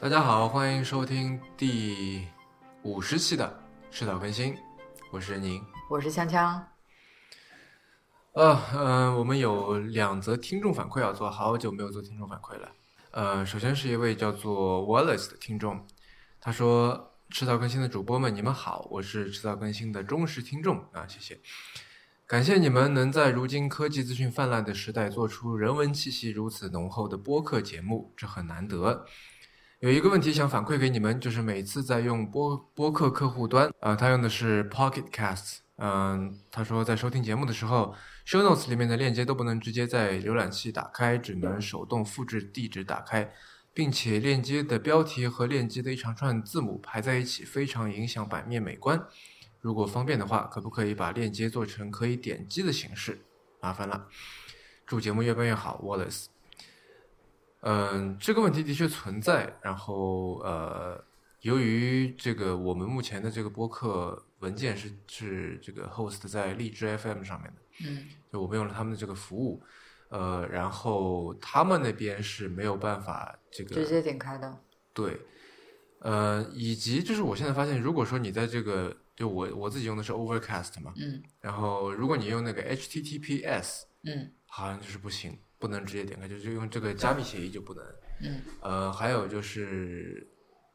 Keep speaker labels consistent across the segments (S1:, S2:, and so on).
S1: 大家好，欢迎收听第五十期的赤岛更新，我是宁。
S2: 我是锵锵，
S1: 呃，呃，我们有两则听众反馈啊，做好久没有做听众反馈了。呃，首先是一位叫做 Wallace 的听众，他说：“迟早更新的主播们，你们好，我是迟早更新的忠实听众啊，谢谢，感谢你们能在如今科技资讯泛滥的时代做出人文气息如此浓厚的播客节目，这很难得。”有一个问题想反馈给你们，就是每次在用播播客客户端，呃，他用的是 Pocket Casts，嗯、他说在收听节目的时候，Show Notes 里面的链接都不能直接在浏览器打开，只能手动复制地址打开，并且链接的标题和链接的一长串字母排在一起，非常影响版面美观。如果方便的话，可不可以把链接做成可以点击的形式？麻烦了。祝节目越办越好，Wallace。嗯，这个问题的确存在。然后呃，由于这个我们目前的这个播客文件是是这个 host 在荔枝 FM 上面的，
S2: 嗯，
S1: 就我们用了他们的这个服务，呃，然后他们那边是没有办法这个
S2: 直接点开的，
S1: 对，呃，以及就是我现在发现，如果说你在这个就我我自己用的是 Overcast 嘛，
S2: 嗯
S1: 然后如果你用那个 HTTPS，
S2: 嗯
S1: 好像就是不行，不能直接点开，就就用这个加密协议就不能。
S2: 嗯
S1: 呃，还有就是，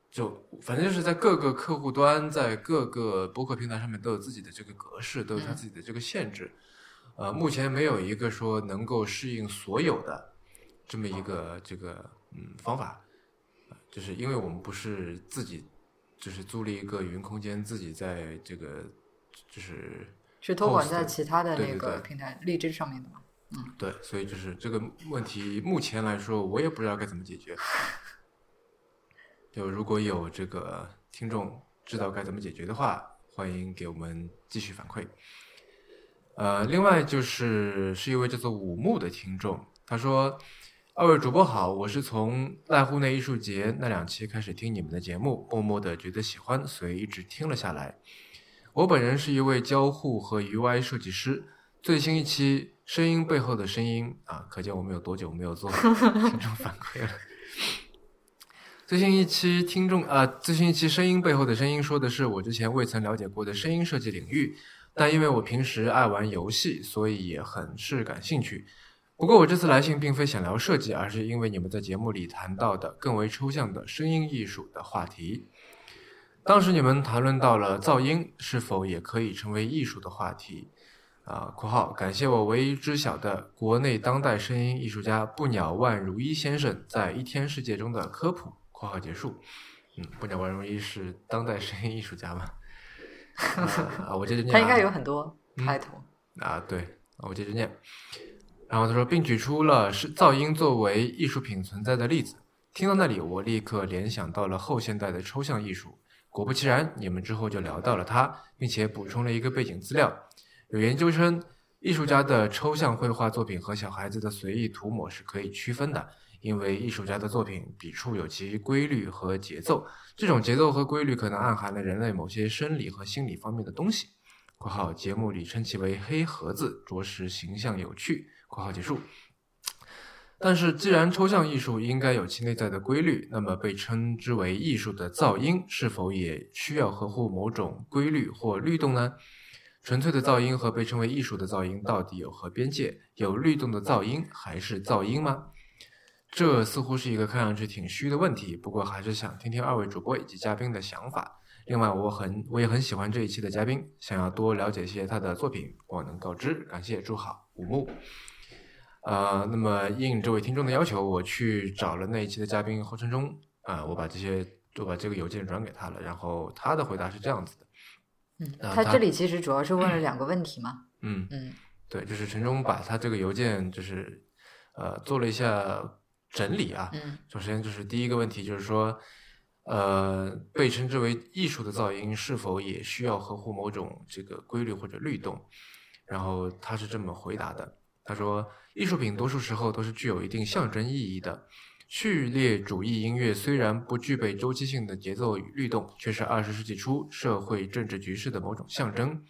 S1: 就反正就是在各个客户端，在各个播客平台上面都有自己的这个格式，都有它
S2: 嗯
S1: 自己的这个限制。呃，目前没有一个说能够适应所有的这么一个这个嗯方法，呃就是因为我们不是自己，就是租了一个云空间，自己在这个就是
S2: 是托管在
S1: Host，
S2: 其他的
S1: 对
S2: 那
S1: 对
S2: 个
S1: 对
S2: 平台荔枝上面的嘛？
S1: 对，所以就是这个问题，目前来说我也不知道该怎么解决。就如果有这个听众知道该怎么解决的话，欢迎给我们继续反馈。呃，另外就是是一位叫做五木的听众，他说：“二位主播好，我是从濑户内艺术节那两期开始听你们的节目，默默的觉得喜欢，所以一直听了下来。我本人是一位交互和 UI 设计师，最新一期声音背后的声音啊，可见我们有多久没有做 听众反馈了。最新一期听众啊，最新一期声音背后的声音说的是我之前未曾了解过的声音设计领域，但因为我平时爱玩游戏，所以也很是感兴趣。不过我这次来信并非想聊设计，而是因为你们在节目里谈到的更为抽象的声音艺术的话题。当时你们谈论到了噪音是否也可以成为艺术的话题，啊（括号感谢我唯一知晓的国内当代声音艺术家不鸟万如一先生在《一天世界》中的科普）（括号结束）。嗯，不鸟万如一是当代声音艺术家吧？ 啊，我接着念、啊。
S2: 它应该有很多 title，
S1: 啊，对，我接着念。然后他说，并举出了是噪音作为艺术品存在的例子。听到那里，我立刻联想到了后现代的抽象艺术。果不其然，你们之后就聊到了它，并且补充了一个背景资料。有研究称，艺术家的抽象绘画作品和小孩子的随意涂抹是可以区分的，因为艺术家的作品笔触有其规律和节奏，这种节奏和规律可能暗含了人类某些生理和心理方面的东西。（括号节目里称其为黑盒子，着实形象有趣。）（括号结束）但是，既然抽象艺术应该有其内在的规律，那么被称之为艺术的噪音是否也需要合乎某种规律或律动呢？纯粹的噪音和被称为艺术的噪音到底有何边界？有律动的噪音还是噪音吗？这似乎是一个看上去挺虚的问题，不过还是想听听二位主播以及嘉宾的想法。另外，我很我也很喜欢这一期的嘉宾，想要多了解些他的作品，望能告知。感谢，祝好，五木。呃，那么应这位听众的要求，我去找了那一期的嘉宾侯晨忠啊、我把这些我把这个邮件转给他了，然后他的回答是这样子的，
S2: 嗯，
S1: 啊
S2: 它
S1: 它
S2: 这里其实主要是问了两个问题嘛，
S1: 嗯，
S2: 嗯
S1: 对，就是陈忠把他这个邮件就是呃做了一下整理啊，
S2: 嗯
S1: 首先就是第一个问题，就是说，呃，被称之为艺术的噪音是否也需要合乎某种这个规律或者律动？然后他是这么回答的：他说，艺术品多数时候都是具有一定象征意义的。序列主义音乐虽然不具备周期性的节奏与律动，却是二十世纪初社会政治局势的某种象征。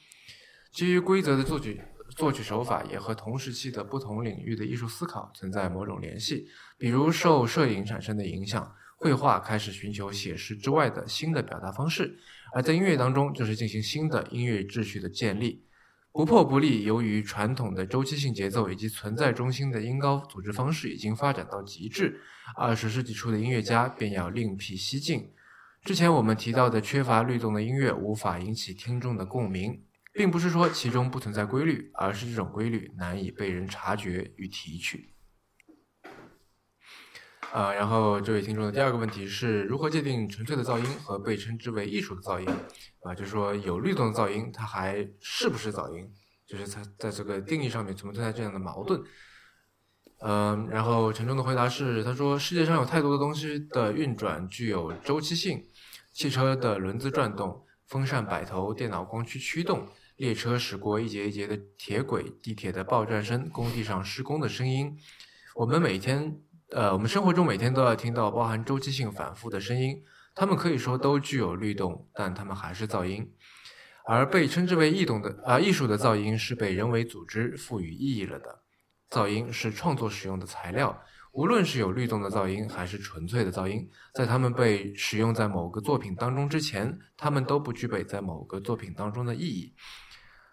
S1: 基于规则的作曲作曲手法也和同时期的不同领域的艺术思考存在某种联系。比如受摄影产生的影响，绘画开始寻求写实之外的新的表达方式，而在音乐当中，就是进行新的音乐秩序的建立。不破不立，由于传统的周期性节奏以及存在中心的音高组织方式已经发展到极致，二十世纪初的音乐家便要另辟蹊径。之前我们提到的缺乏律动的音乐无法引起听众的共鸣，并不是说其中不存在规律，而是这种规律难以被人察觉与提取。啊、然后这位听众的第二个问题是如何界定纯粹的噪音和被称之为艺术的噪音？啊，就是说有律动的噪音，它还是不是噪音？就是它在这个定义上面怎么存在这样的矛盾？嗯，然后陈忠的回答是，他说世界上有太多的东西的运转具有周期性，汽车的轮子转动，风扇摆头，电脑光驱驱动，列车驶过一节一节的铁轨，地铁的爆炸声，工地上施工的声音，我们每天呃，我们生活中每天都要听到包含周期性反复的声音，它们可以说都具有律动，但它们还是噪音。而被称之为异动的啊、艺术的噪音是被人为组织赋予意义了的。噪音是创作使用的材料，无论是有律动的噪音还是纯粹的噪音，在它们被使用在某个作品当中之前，它们都不具备在某个作品当中的意义。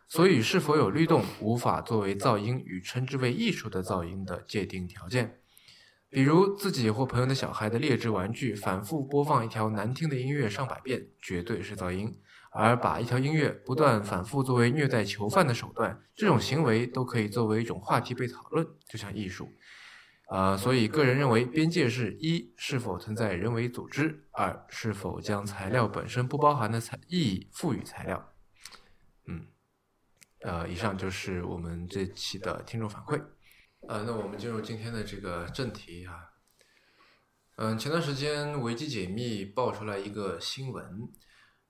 S1: 所以，是否有律动无法作为噪音与称之为艺术的噪音的界定条件。比如自己或朋友的小孩的劣质玩具反复播放一条难听的音乐上百遍，绝对是噪音；而把一条音乐不断反复作为虐待囚犯的手段，这种行为都可以作为一种话题被讨论，就像艺术。呃，所以个人认为，边界是一是否存在人为组织，二是否将材料本身不包含的材意义赋予材料。嗯，呃，以上就是我们这期的听众反馈。呃，那我们进入今天的这个正题啊。嗯，前段时间维基解密爆出来一个新闻，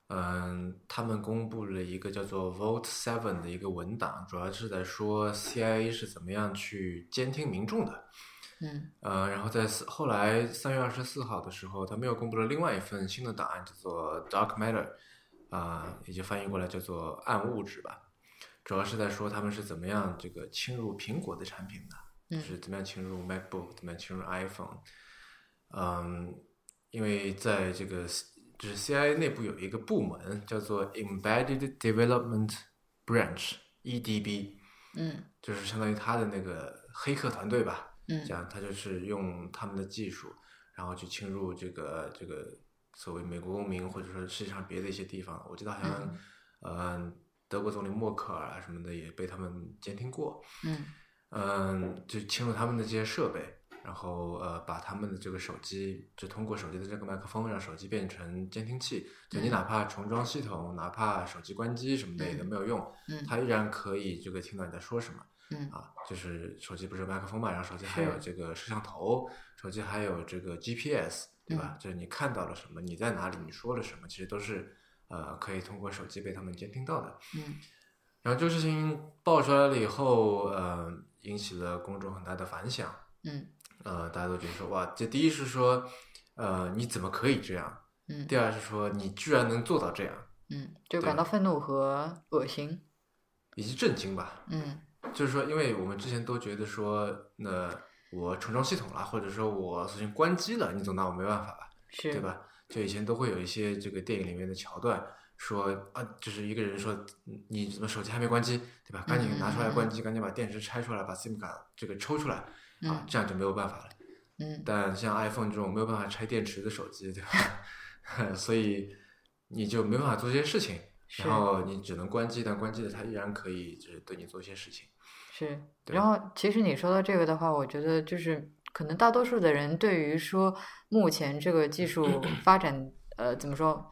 S1: 嗯，他们公布了一个叫做 Vote Seven 的一个文档，主要是在说 CIA 是怎么样去监听民众的。
S2: 嗯
S1: 呃，然后在四后来三月二十四号的时候，他们又公布了另外一份新的档案，叫做 Dark Matter，啊、也就翻译过来叫做暗物质吧。主要是在说他们是怎么样这个侵入苹果的产品的，
S2: 嗯
S1: 就是怎么样侵入 MacBook，怎么样侵入 iPhone。嗯，因为在这个 C- 就是 CIA 内部有一个部门叫做 Embedded Development Branch（EDB），
S2: 嗯
S1: 就是相当于他的那个黑客团队吧。
S2: 嗯
S1: 这样他就是用他们的技术，然后去侵入这个这个所谓美国公民，或者说世界上别的一些地方。我记得好像，嗯、德国总理默克尔啊什么的也被他们监听过，
S2: 嗯
S1: 嗯，就侵入他们的这些设备，然后呃把他们的这个手机，就通过手机的这个麦克风，让手机变成监听器。就你
S2: 嗯
S1: 哪怕重装系统，哪怕手机关机什么的也都没有用，
S2: 嗯
S1: 它依然可以这个听到你在说什么。
S2: 嗯
S1: 啊，就是手机不是有麦克风嘛，然后手机还有
S2: 是
S1: 这个摄像头，手机还有这个 GPS，对吧？就是你看到了什么，你在哪里，你说了什么，其实都是呃可以通过手机被他们监听到的。
S2: 嗯
S1: 然后这个事情爆出来了以后，呃，引起了公众很大的反响，
S2: 嗯
S1: 呃，大家都觉得说哇，这第一是说，呃，你怎么可以这样？
S2: 嗯
S1: 第二是说你居然能做到这样，
S2: 嗯，就感到愤怒和恶心。
S1: 以及震惊吧。
S2: 嗯
S1: 就是说，因为我们之前都觉得说，那我重装系统了，或者说我索性关机了，你总拿我没办法吧，
S2: 是
S1: 对？吧？就以前都会有一些这个电影里面的桥段，说啊，就是一个人说嗯你怎么手机还没关机，对吧？
S2: 嗯
S1: 赶紧拿出来关机，赶紧把电池拆出来，把 SIM 卡这个抽出来啊
S2: 嗯，
S1: 这样就没有办法了。
S2: 嗯
S1: 但像 iPhone 这种没有办法拆电池的手机，对吧？ 所以你就没办法做这些事情，
S2: 是
S1: 然后你只能关机，但关机了它依然可以就是对你做一些事情。
S2: 是。
S1: 对
S2: 然后其实你说到这个的话，我觉得就是可能大多数的人对于说目前这个 技术发展，呃，怎么说？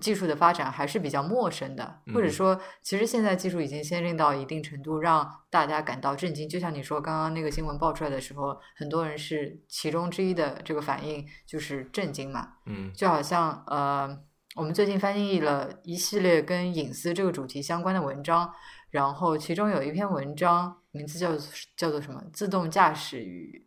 S2: 技术的发展还是比较陌生的，或者
S1: 嗯
S2: 说，其实现在技术已经先进到一定程度，让大家感到震惊。就像你说，刚刚那个新闻爆出来的时候，很多人是其中之一的这个反应就是震惊嘛。
S1: 嗯
S2: 就好像呃，我们最近翻译了一系列跟隐私这个主题相关的文章，然后其中有一篇文章名字叫做叫做什么“自动驾驶与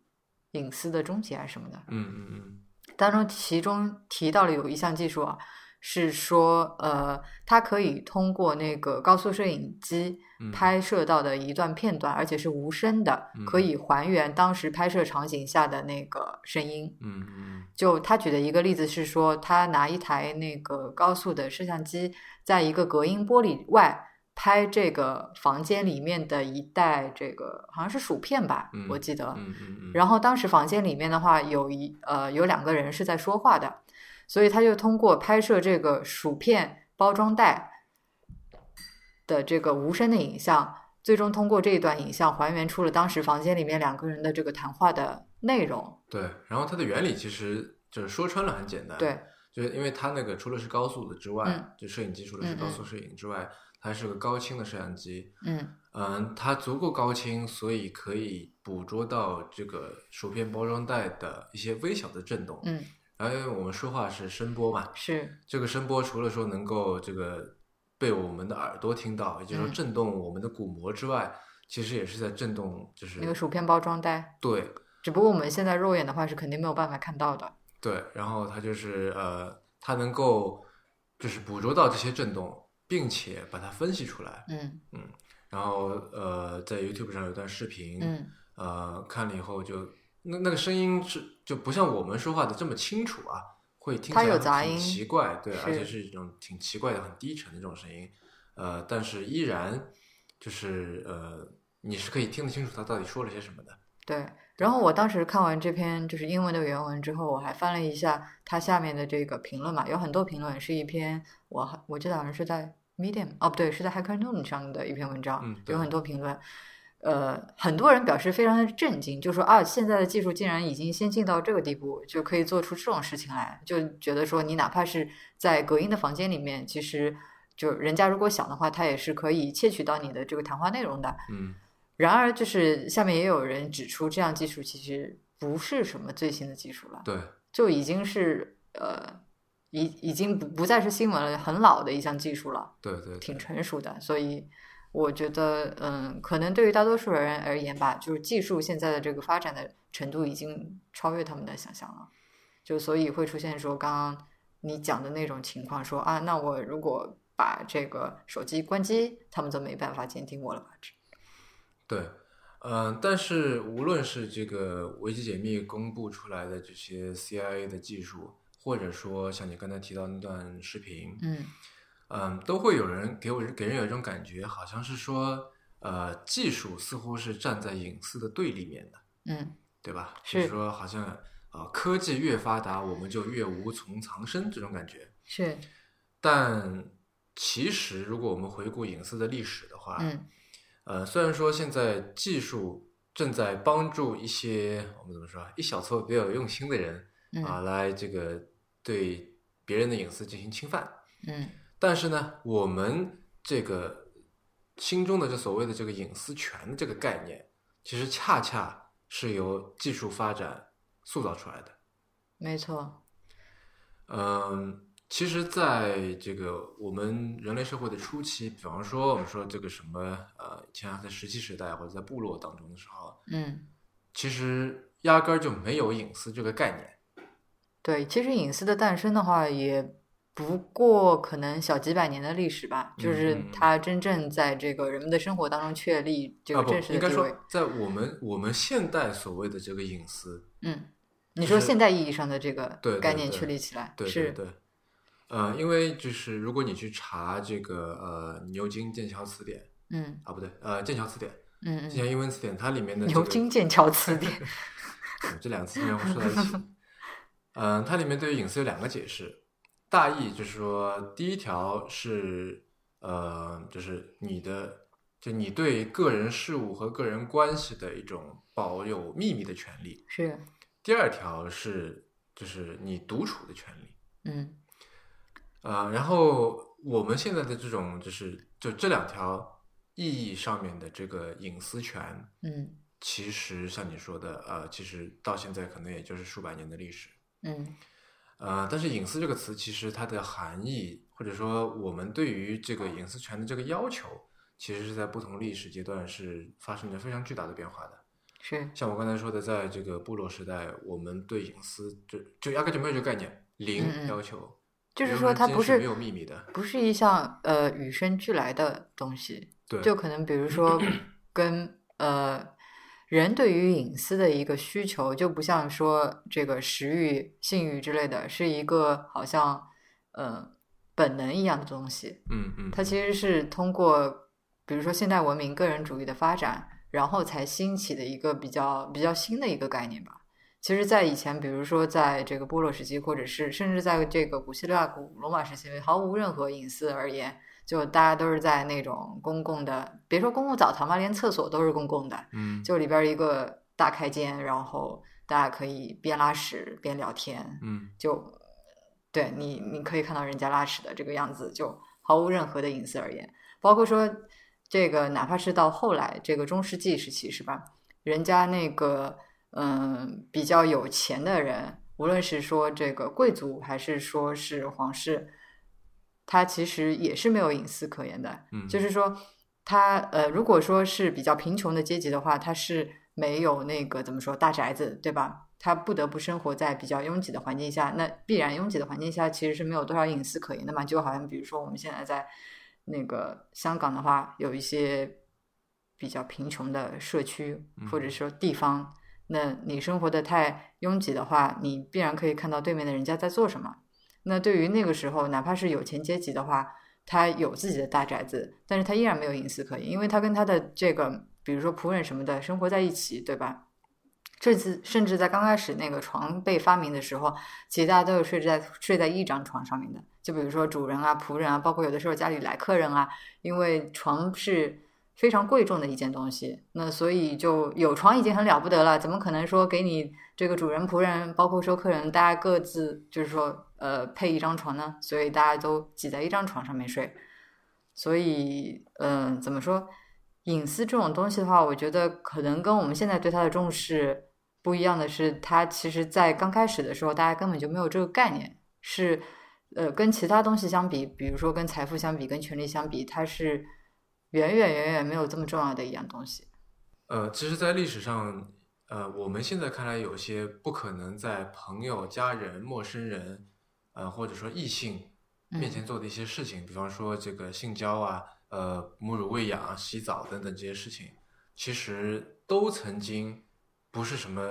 S2: 隐私的终结”还是什么的，
S1: 嗯嗯嗯。
S2: 当中其中提到了有一项技术啊，是说呃，它可以通过那个高速摄影机
S1: 嗯
S2: 拍摄到的一段片段，而且是无声的，可
S1: 嗯
S2: 以还原当时拍摄场景下的那个声音。
S1: 嗯嗯
S2: 就他举的一个例子是说，他拿一台那个高速的摄像机，在一个隔音玻璃外拍这个房间里面的一袋这个好像是薯片吧，
S1: 嗯
S2: 我记得。
S1: 嗯嗯嗯，
S2: 然后当时房间里面的话，有一呃有两个人是在说话的，所以他就通过拍摄这个薯片包装袋的这个无声的影像，最终通过这一段影像还原出了当时房间里面两个人的这个谈话的内容。
S1: 对，然后它的原理其实就是说穿了很简单，
S2: 对，
S1: 就是因为它那个除了是高速的之外，
S2: 嗯
S1: 就摄影机除了是
S2: 嗯嗯
S1: 高速摄影之外，它是个高清的摄像机，
S2: 嗯
S1: 嗯，它足够高清，所以可以捕捉到这个薯片包装袋的一些微小的震动。
S2: 嗯，
S1: 然后因为我们说话是声波嘛，
S2: 是，
S1: 这个声波除了说能够这个被我们的耳朵听到，也就是说
S2: 嗯
S1: 震动我们的鼓膜之外，其实也是在震动，就是
S2: 那个薯片包装袋，
S1: 对
S2: 只不过我们现在肉眼的话是肯定没有办法看到的。
S1: 对，然后它就是呃，它能够就是捕捉到这些震动，并且把它分析出来，
S2: 嗯
S1: 然后呃，在 YouTube 上有段视频，
S2: 嗯
S1: 呃，看了以后就那那个声音是就不像我们说话的这么清楚啊，会听起
S2: 它
S1: 来
S2: 有
S1: 很
S2: 杂音
S1: 奇怪，对，而且是
S2: 是
S1: 一种挺奇怪的、很低沉的这种声音，呃，但是依然就是呃，你是可以听得清楚他到底说了些什么的，
S2: 对，然后我当时看完这篇就是英文的原文之后，我还翻了一下它下面的这个评论嘛，有很多评论是一篇我还我记得好像是在 Medium 哦不对，是在 Hacker Noon 上的一篇文章，
S1: 嗯对
S2: 有很多评论，呃，很多人表示非常的震惊，就说啊，现在的技术竟然已经先进到这个地步，就可以做出这种事情来，就觉得说你哪怕是在隔音的房间里面，其实就人家如果想的话，他也是可以窃取到你的这个谈话内容的。
S1: 嗯，
S2: 然而，就是下面也有人指出，这样技术其实不是什么最新的技术了，
S1: 对，
S2: 就已经是呃，已已经不不再是新闻了，很老的一项技术了，
S1: 对对
S2: 挺
S1: 对，
S2: 成熟的。所以我觉得，嗯，可能对于大多数人而言吧，就是技术现在的这个发展的程度已经超越他们的想象了，就所以会出现说刚刚你讲的那种情况说，啊，那我如果把这个手机关机，他们就没办法监听我了吧？
S1: 对，嗯、但是无论是这个维基解密公布出来的这些 CIA 的技术，或者说像你刚才提到那段视频，
S2: 嗯
S1: 嗯，都会有人给我给人有一种感觉，好像是说，呃，技术似乎是站在隐私的对立面的，
S2: 嗯。
S1: 对吧？
S2: 是
S1: 就是说，好像啊、呃科技越发达，我们就越无从藏身这种感觉。
S2: 是，
S1: 但其实，如果我们回顾隐私的历史的话，
S2: 嗯
S1: 呃，虽然说现在技术正在帮助一些我们怎么说啊，一小撮比较有用心的人
S2: 嗯
S1: 啊，来这个对别人的隐私进行侵犯，
S2: 嗯
S1: 但是呢，我们这个心中的这所谓的这个隐私权的这个概念，其实恰恰是由技术发展塑造出来的。
S2: 没错，
S1: 嗯，其实，在这个我们人类社会的初期，比方说我们说这个什么呃，以前在石器时代或者在部落当中的时候，
S2: 嗯，
S1: 其实压根儿就没有隐私这个概念。
S2: 对，其实隐私的诞生的话，也不过可能小几百年的历史吧，就
S1: 嗯
S2: 是
S1: 嗯嗯
S2: 它真正在这个人们的生活当中确立这
S1: 啊
S2: 个
S1: 不
S2: 正，式
S1: 应
S2: 的
S1: 该
S2: 地
S1: 说
S2: 位。，
S1: 在我们我们现代所谓的这个隐私，
S2: 嗯，你
S1: 就
S2: 说
S1: 是
S2: 现代意义上的这个
S1: 对
S2: 概
S1: 对
S2: 念
S1: 对
S2: 确立起来，
S1: 对对
S2: 是，
S1: 对，呃，因为就是如果你去查这个呃牛津剑桥词典
S2: 嗯
S1: 啊，不对，呃剑桥词典，剑
S2: 嗯嗯，
S1: 桥英文词典，它里面的、这个、
S2: 牛津剑桥词 典，
S1: 嗯这两个词竟然会说在一起。嗯，它里面对于隐私有两个解释，大意就是说，第一条是呃，就是你的，就你对个人事务和个人关系的一种保有秘密的权利；
S2: 是，
S1: 第二条是就是你独处的权利。
S2: 嗯
S1: 呃，然后我们现在的这种就是就这两条意义上面的这个隐私权，
S2: 嗯
S1: 其实像你说的，呃，其实到现在可能也就是数百年的历史。
S2: 嗯
S1: 呃，但是“隐私”这个词，其实它的含义，或者说我们对于这个隐私权的这个要求，其实是在不同历史阶段是发生着非常巨大的变化的。
S2: 是，
S1: 像我刚才说的，在这个部落时代，我们对隐私就就压根就没有这个概念，零
S2: 嗯嗯
S1: 要求，
S2: 就是
S1: 人
S2: 说
S1: 们
S2: 它
S1: 间
S2: 不
S1: 是
S2: 是
S1: 没有秘密的
S2: 不是一项呃与生俱来的东西，
S1: 对，
S2: 就可能比如说跟呃人对于隐私的一个需求，就不像说这个食欲、性欲之类的，是一个好像呃本能一样的东西。
S1: 嗯嗯，
S2: 它其实是通过比如说现代文明、个人主义的发展，然后才兴起的一个比较比较新的一个概念吧。其实，在以前，比如说在这个波洛时期，或者是甚至在这个古希腊、古罗马时期，毫无任何隐私而言，就大家都是在那种公共的，别说公共澡堂吧，连厕所都是公共的。
S1: 嗯，
S2: 就里边儿一个大开间，然后大家可以边拉屎边聊天，
S1: 嗯
S2: 就对你你可以看到人家拉屎的这个样子，就毫无任何的隐私而言。包括说这个，哪怕是到后来这个中世纪时期，是吧？人家那个嗯比较有钱的人，无论是说这个贵族还是说是皇室，他其实也是没有隐私可言的。
S1: 嗯，
S2: 就是说，他呃，如果说是比较贫穷的阶级的话，他是没有那个怎么说大宅子，对吧？他不得不生活在比较拥挤的环境下，那必然拥挤的环境下其实是没有多少隐私可言的嘛。就好像比如说我们现在在那个香港的话，有一些比较贫穷的社区或者说地方，那你生活的太拥挤的话，你必然可以看到对面的人家在做什么。那对于那个时候，哪怕是有钱阶级的话，他有自己的大宅子，但是他依然没有隐私可言，因为他跟他的这个，比如说仆人什么的生活在一起，对吧？甚至甚至在刚开始那个床被发明的时候，其实大家都是睡在睡在一张床上面的。就比如说主人啊、仆人啊，包括有的时候家里来客人啊，因为床是非常贵重的一件东西，那所以就有床已经很了不得了，怎么可能说给你这个主人、仆人，包括说客人，大家各自就是说呃配一张床呢？所以大家都挤在一张床上面睡。所以，嗯、怎么说，隐私这种东西的话，我觉得可能跟我们现在对它的重视不一样的是，它其实在刚开始的时候，大家根本就没有这个概念，是呃，跟其他东西相比，比如说跟财富相比、跟权力相比，它是远远远远没有这么重要的一样东西。
S1: 呃，其实，在历史上，呃，我们现在看来，有些不可能在朋友、家人、陌生人，呃，或者说异性面前做的一些事情，比方说这个性交啊，呃，母乳喂养啊、洗澡等等这些事情，其实都曾经不是什么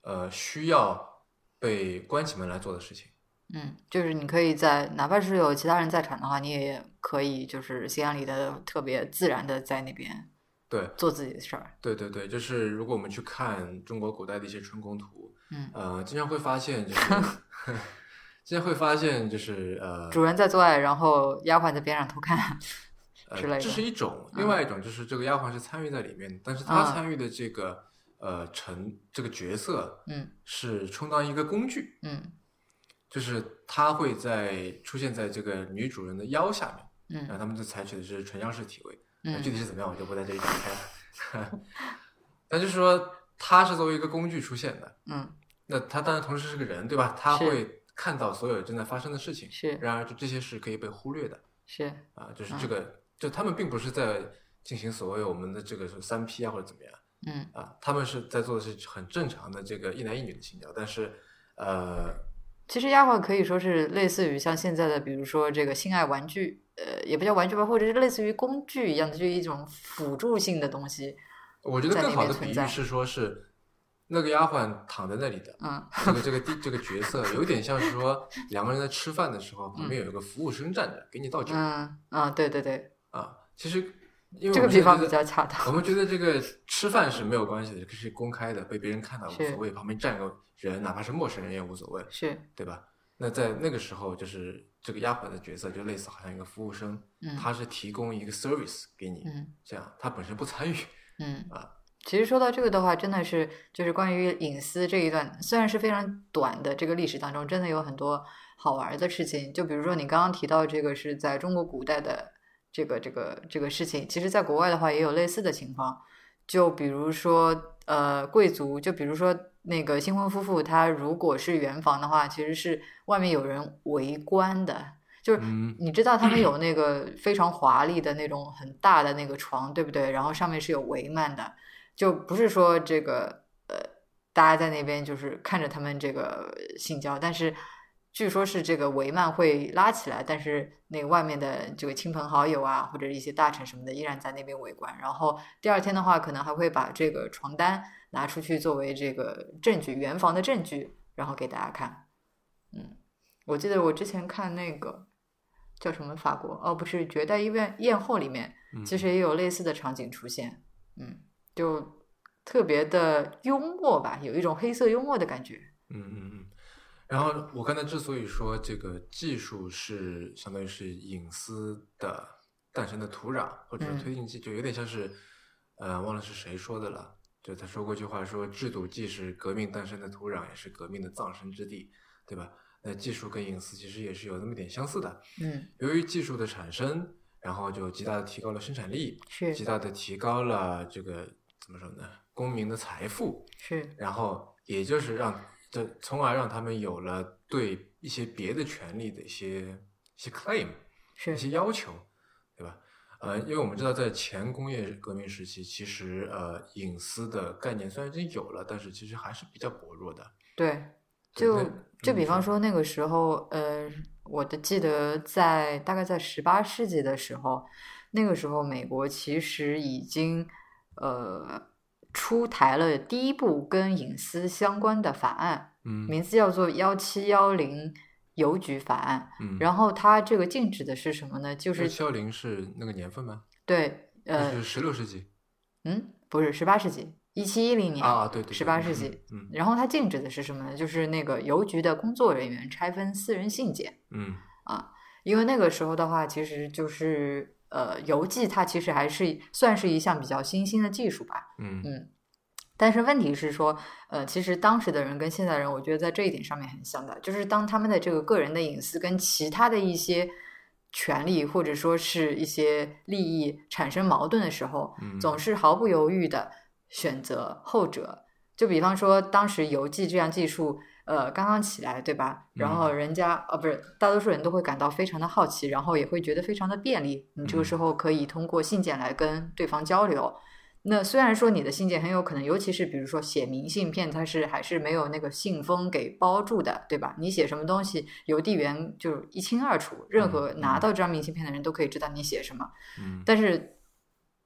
S1: 呃需要被关起门来做的事情。
S2: 嗯，就是你可以在，哪怕是有其他人在场的话，你也可以就是心安理得的、特别自然的在那边
S1: 对，
S2: 做自己的事儿。
S1: 对对对，就是如果我们去看中国古代的一些春宫图，
S2: 嗯
S1: 呃，经常会发现就是， 经常会发现就是呃，
S2: 主人在做爱，然后丫鬟在边上偷看。
S1: 呃
S2: 之类
S1: 这
S2: 的
S1: 是一种，
S2: 嗯
S1: 另外一种就是这个丫鬟是参与在里面的，但是她
S2: 啊
S1: 参与的这个、呃成这个角色
S2: 嗯
S1: 是充当一个工具，
S2: 嗯
S1: 就是她会在出现在这个女主人的腰下面，然后
S2: 嗯
S1: 他们就采取的是纯腰式体位，那具体
S2: 嗯
S1: 是怎么样我就不在这里展开了， 但就是说她是作为一个工具出现的，
S2: 嗯，
S1: 那她当然同时是个人，对吧？她
S2: 是
S1: 会看到所有正在发生的事情，
S2: 是
S1: 然而这这些是可以被忽略的。
S2: 是，
S1: 啊，就是这个，就他们并不是在进行所谓我们的这个是三 P 啊或者怎么样
S2: 嗯
S1: 啊，他们是在做的是很正常的这个一男一女的性交，但是呃，
S2: 其实丫鬟可以说是类似于像现在的，比如说这个性爱玩具，呃，也不叫玩具吧，或者是类似于工具一样的，就是一种辅助性的东西。
S1: 我觉得
S2: 在
S1: 更
S2: 那
S1: 好
S2: 边
S1: 的
S2: 存
S1: 比喻
S2: 在。
S1: 是说是那个丫鬟躺在那里的
S2: 嗯
S1: 这个这个地这个角色有点像是说两个人在吃饭的时候，旁边有一个服务生站着给你倒酒
S2: 嗯嗯，对对对，
S1: 啊。其实，因为我
S2: 这个
S1: 们
S2: 比
S1: 现在
S2: 方
S1: 觉
S2: 比
S1: 得
S2: 较恰当。
S1: 我 们觉得这个吃饭是没有关系的，是公开的，被别人看到无
S2: 是
S1: 所谓，旁边站个人，哪怕是陌生人也无所谓。
S2: 是，
S1: 对吧？那在那个时候，就是这个丫鬟的角色就类似好像一个服务生，
S2: 嗯
S1: 她是提供一个 service 给你，
S2: 嗯。
S1: 这样她本身不 参与。
S2: 嗯
S1: 啊，
S2: 其实说到这个的话，真的是就是关于隐私这一段，虽然是非常短的这个历史当中，真的有很多好玩儿的事情。就比如说你刚刚提到这个是在中国古代的这个这个这个事情，其实在国外的话也有类似的情况。就比如说呃，贵族，就比如说那个新婚夫妇，他如果是圆房的话，其实是外面有人围观的。就是
S1: 嗯
S2: 你知道他们有那个非常华丽的那种很大的那个床，对不对？然后上面是有帷幔的，就不是说这个呃，大家在那边就是看着他们这个性交，但是据说是这个帷幔会拉起来，但是那个外面的这个亲朋好友啊，或者一些大臣什么的，依然在那边围观。然后第二天的话，可能还会把这个床单拿出去作为这个证据，圆房的证据，然后给大家看。嗯，我记得我之前看那个叫什么法国哦，不是《绝代医院艳后》里面，
S1: 嗯
S2: 其实也有类似的场景出现。嗯，就特别的幽默吧，有一种黑色幽默的感觉。
S1: 嗯嗯嗯。然后我刚才之所以说这个技术是相当于是隐私的诞生的土壤或
S2: 嗯
S1: 者推进剂，就有点像是，呃，忘了是谁说的了。就他说过一句话说，制度既是革命诞生的土壤，也是革命的葬身之地，对吧？那技术跟隐私其实也是有那么点相似的。
S2: 嗯，
S1: 由于技术的产生，然后就极大的提高了生产力，
S2: 是
S1: 极大的提高了这个怎么说呢？公民的财富，
S2: 是，
S1: 然后也就是让这，从而让他们有了对一些别的权利的一些一些 claim，一
S2: 是，
S1: 些要求，对吧？呃，因为我们知道，在前工业革命时期，其实呃隐私的概念虽然已经有了，但是其实还是比较薄弱的。
S2: 对。
S1: 对
S2: 就
S1: 那
S2: 就比方
S1: 嗯
S2: 说那个时候，呃，我的记得在大概在十八世纪的时候，那个时候美国其实已经呃出台了第一部跟隐私相关的法案，
S1: 嗯
S2: 名字叫做幺七幺零邮局法案。
S1: 嗯，
S2: 然后它这个禁止的是什么呢？就
S1: 幺
S2: 是
S1: 七幺零是那个年份吗？
S2: 对，
S1: 那
S2: 呃，
S1: 是十六世纪
S2: 嗯，不是十八世纪，一七一零年。
S1: 啊，对对，对
S2: 18世纪，
S1: 嗯
S2: 然后它禁止的是什么呢？就是那个邮局的工作人员拆分私人信件。
S1: 嗯
S2: 啊，因为那个时候的话，其实就是呃，邮寄它其实还是算是一项比较新兴的技术吧，
S1: 嗯嗯
S2: 嗯。但是问题是说，呃，其实当时的人跟现在人，我觉得在这一点上面很像的，就是当他们的这个个人的隐私跟其他的一些权利或者说是一些利益产生矛盾的时候，
S1: 嗯，
S2: 总是毫不犹豫的选择后者。就比方说，当时邮寄这样技术，呃，刚刚起来，对吧？然
S1: 嗯
S2: 后人家，呃、不是，大多数人都会感到非常的好奇，然后也会觉得非常的便利。你
S1: 嗯
S2: 这个时候可以通过信件来跟对方交流。那虽然说你的信件很有可能，尤其是比如说写明信片，它是还是没有那个信封给包住的，对吧？你写什么东西，邮递员就一清二楚，任何
S1: 嗯
S2: 拿
S1: 嗯
S2: 到这张明信片的人都可以知道你写什么。
S1: 嗯
S2: 但是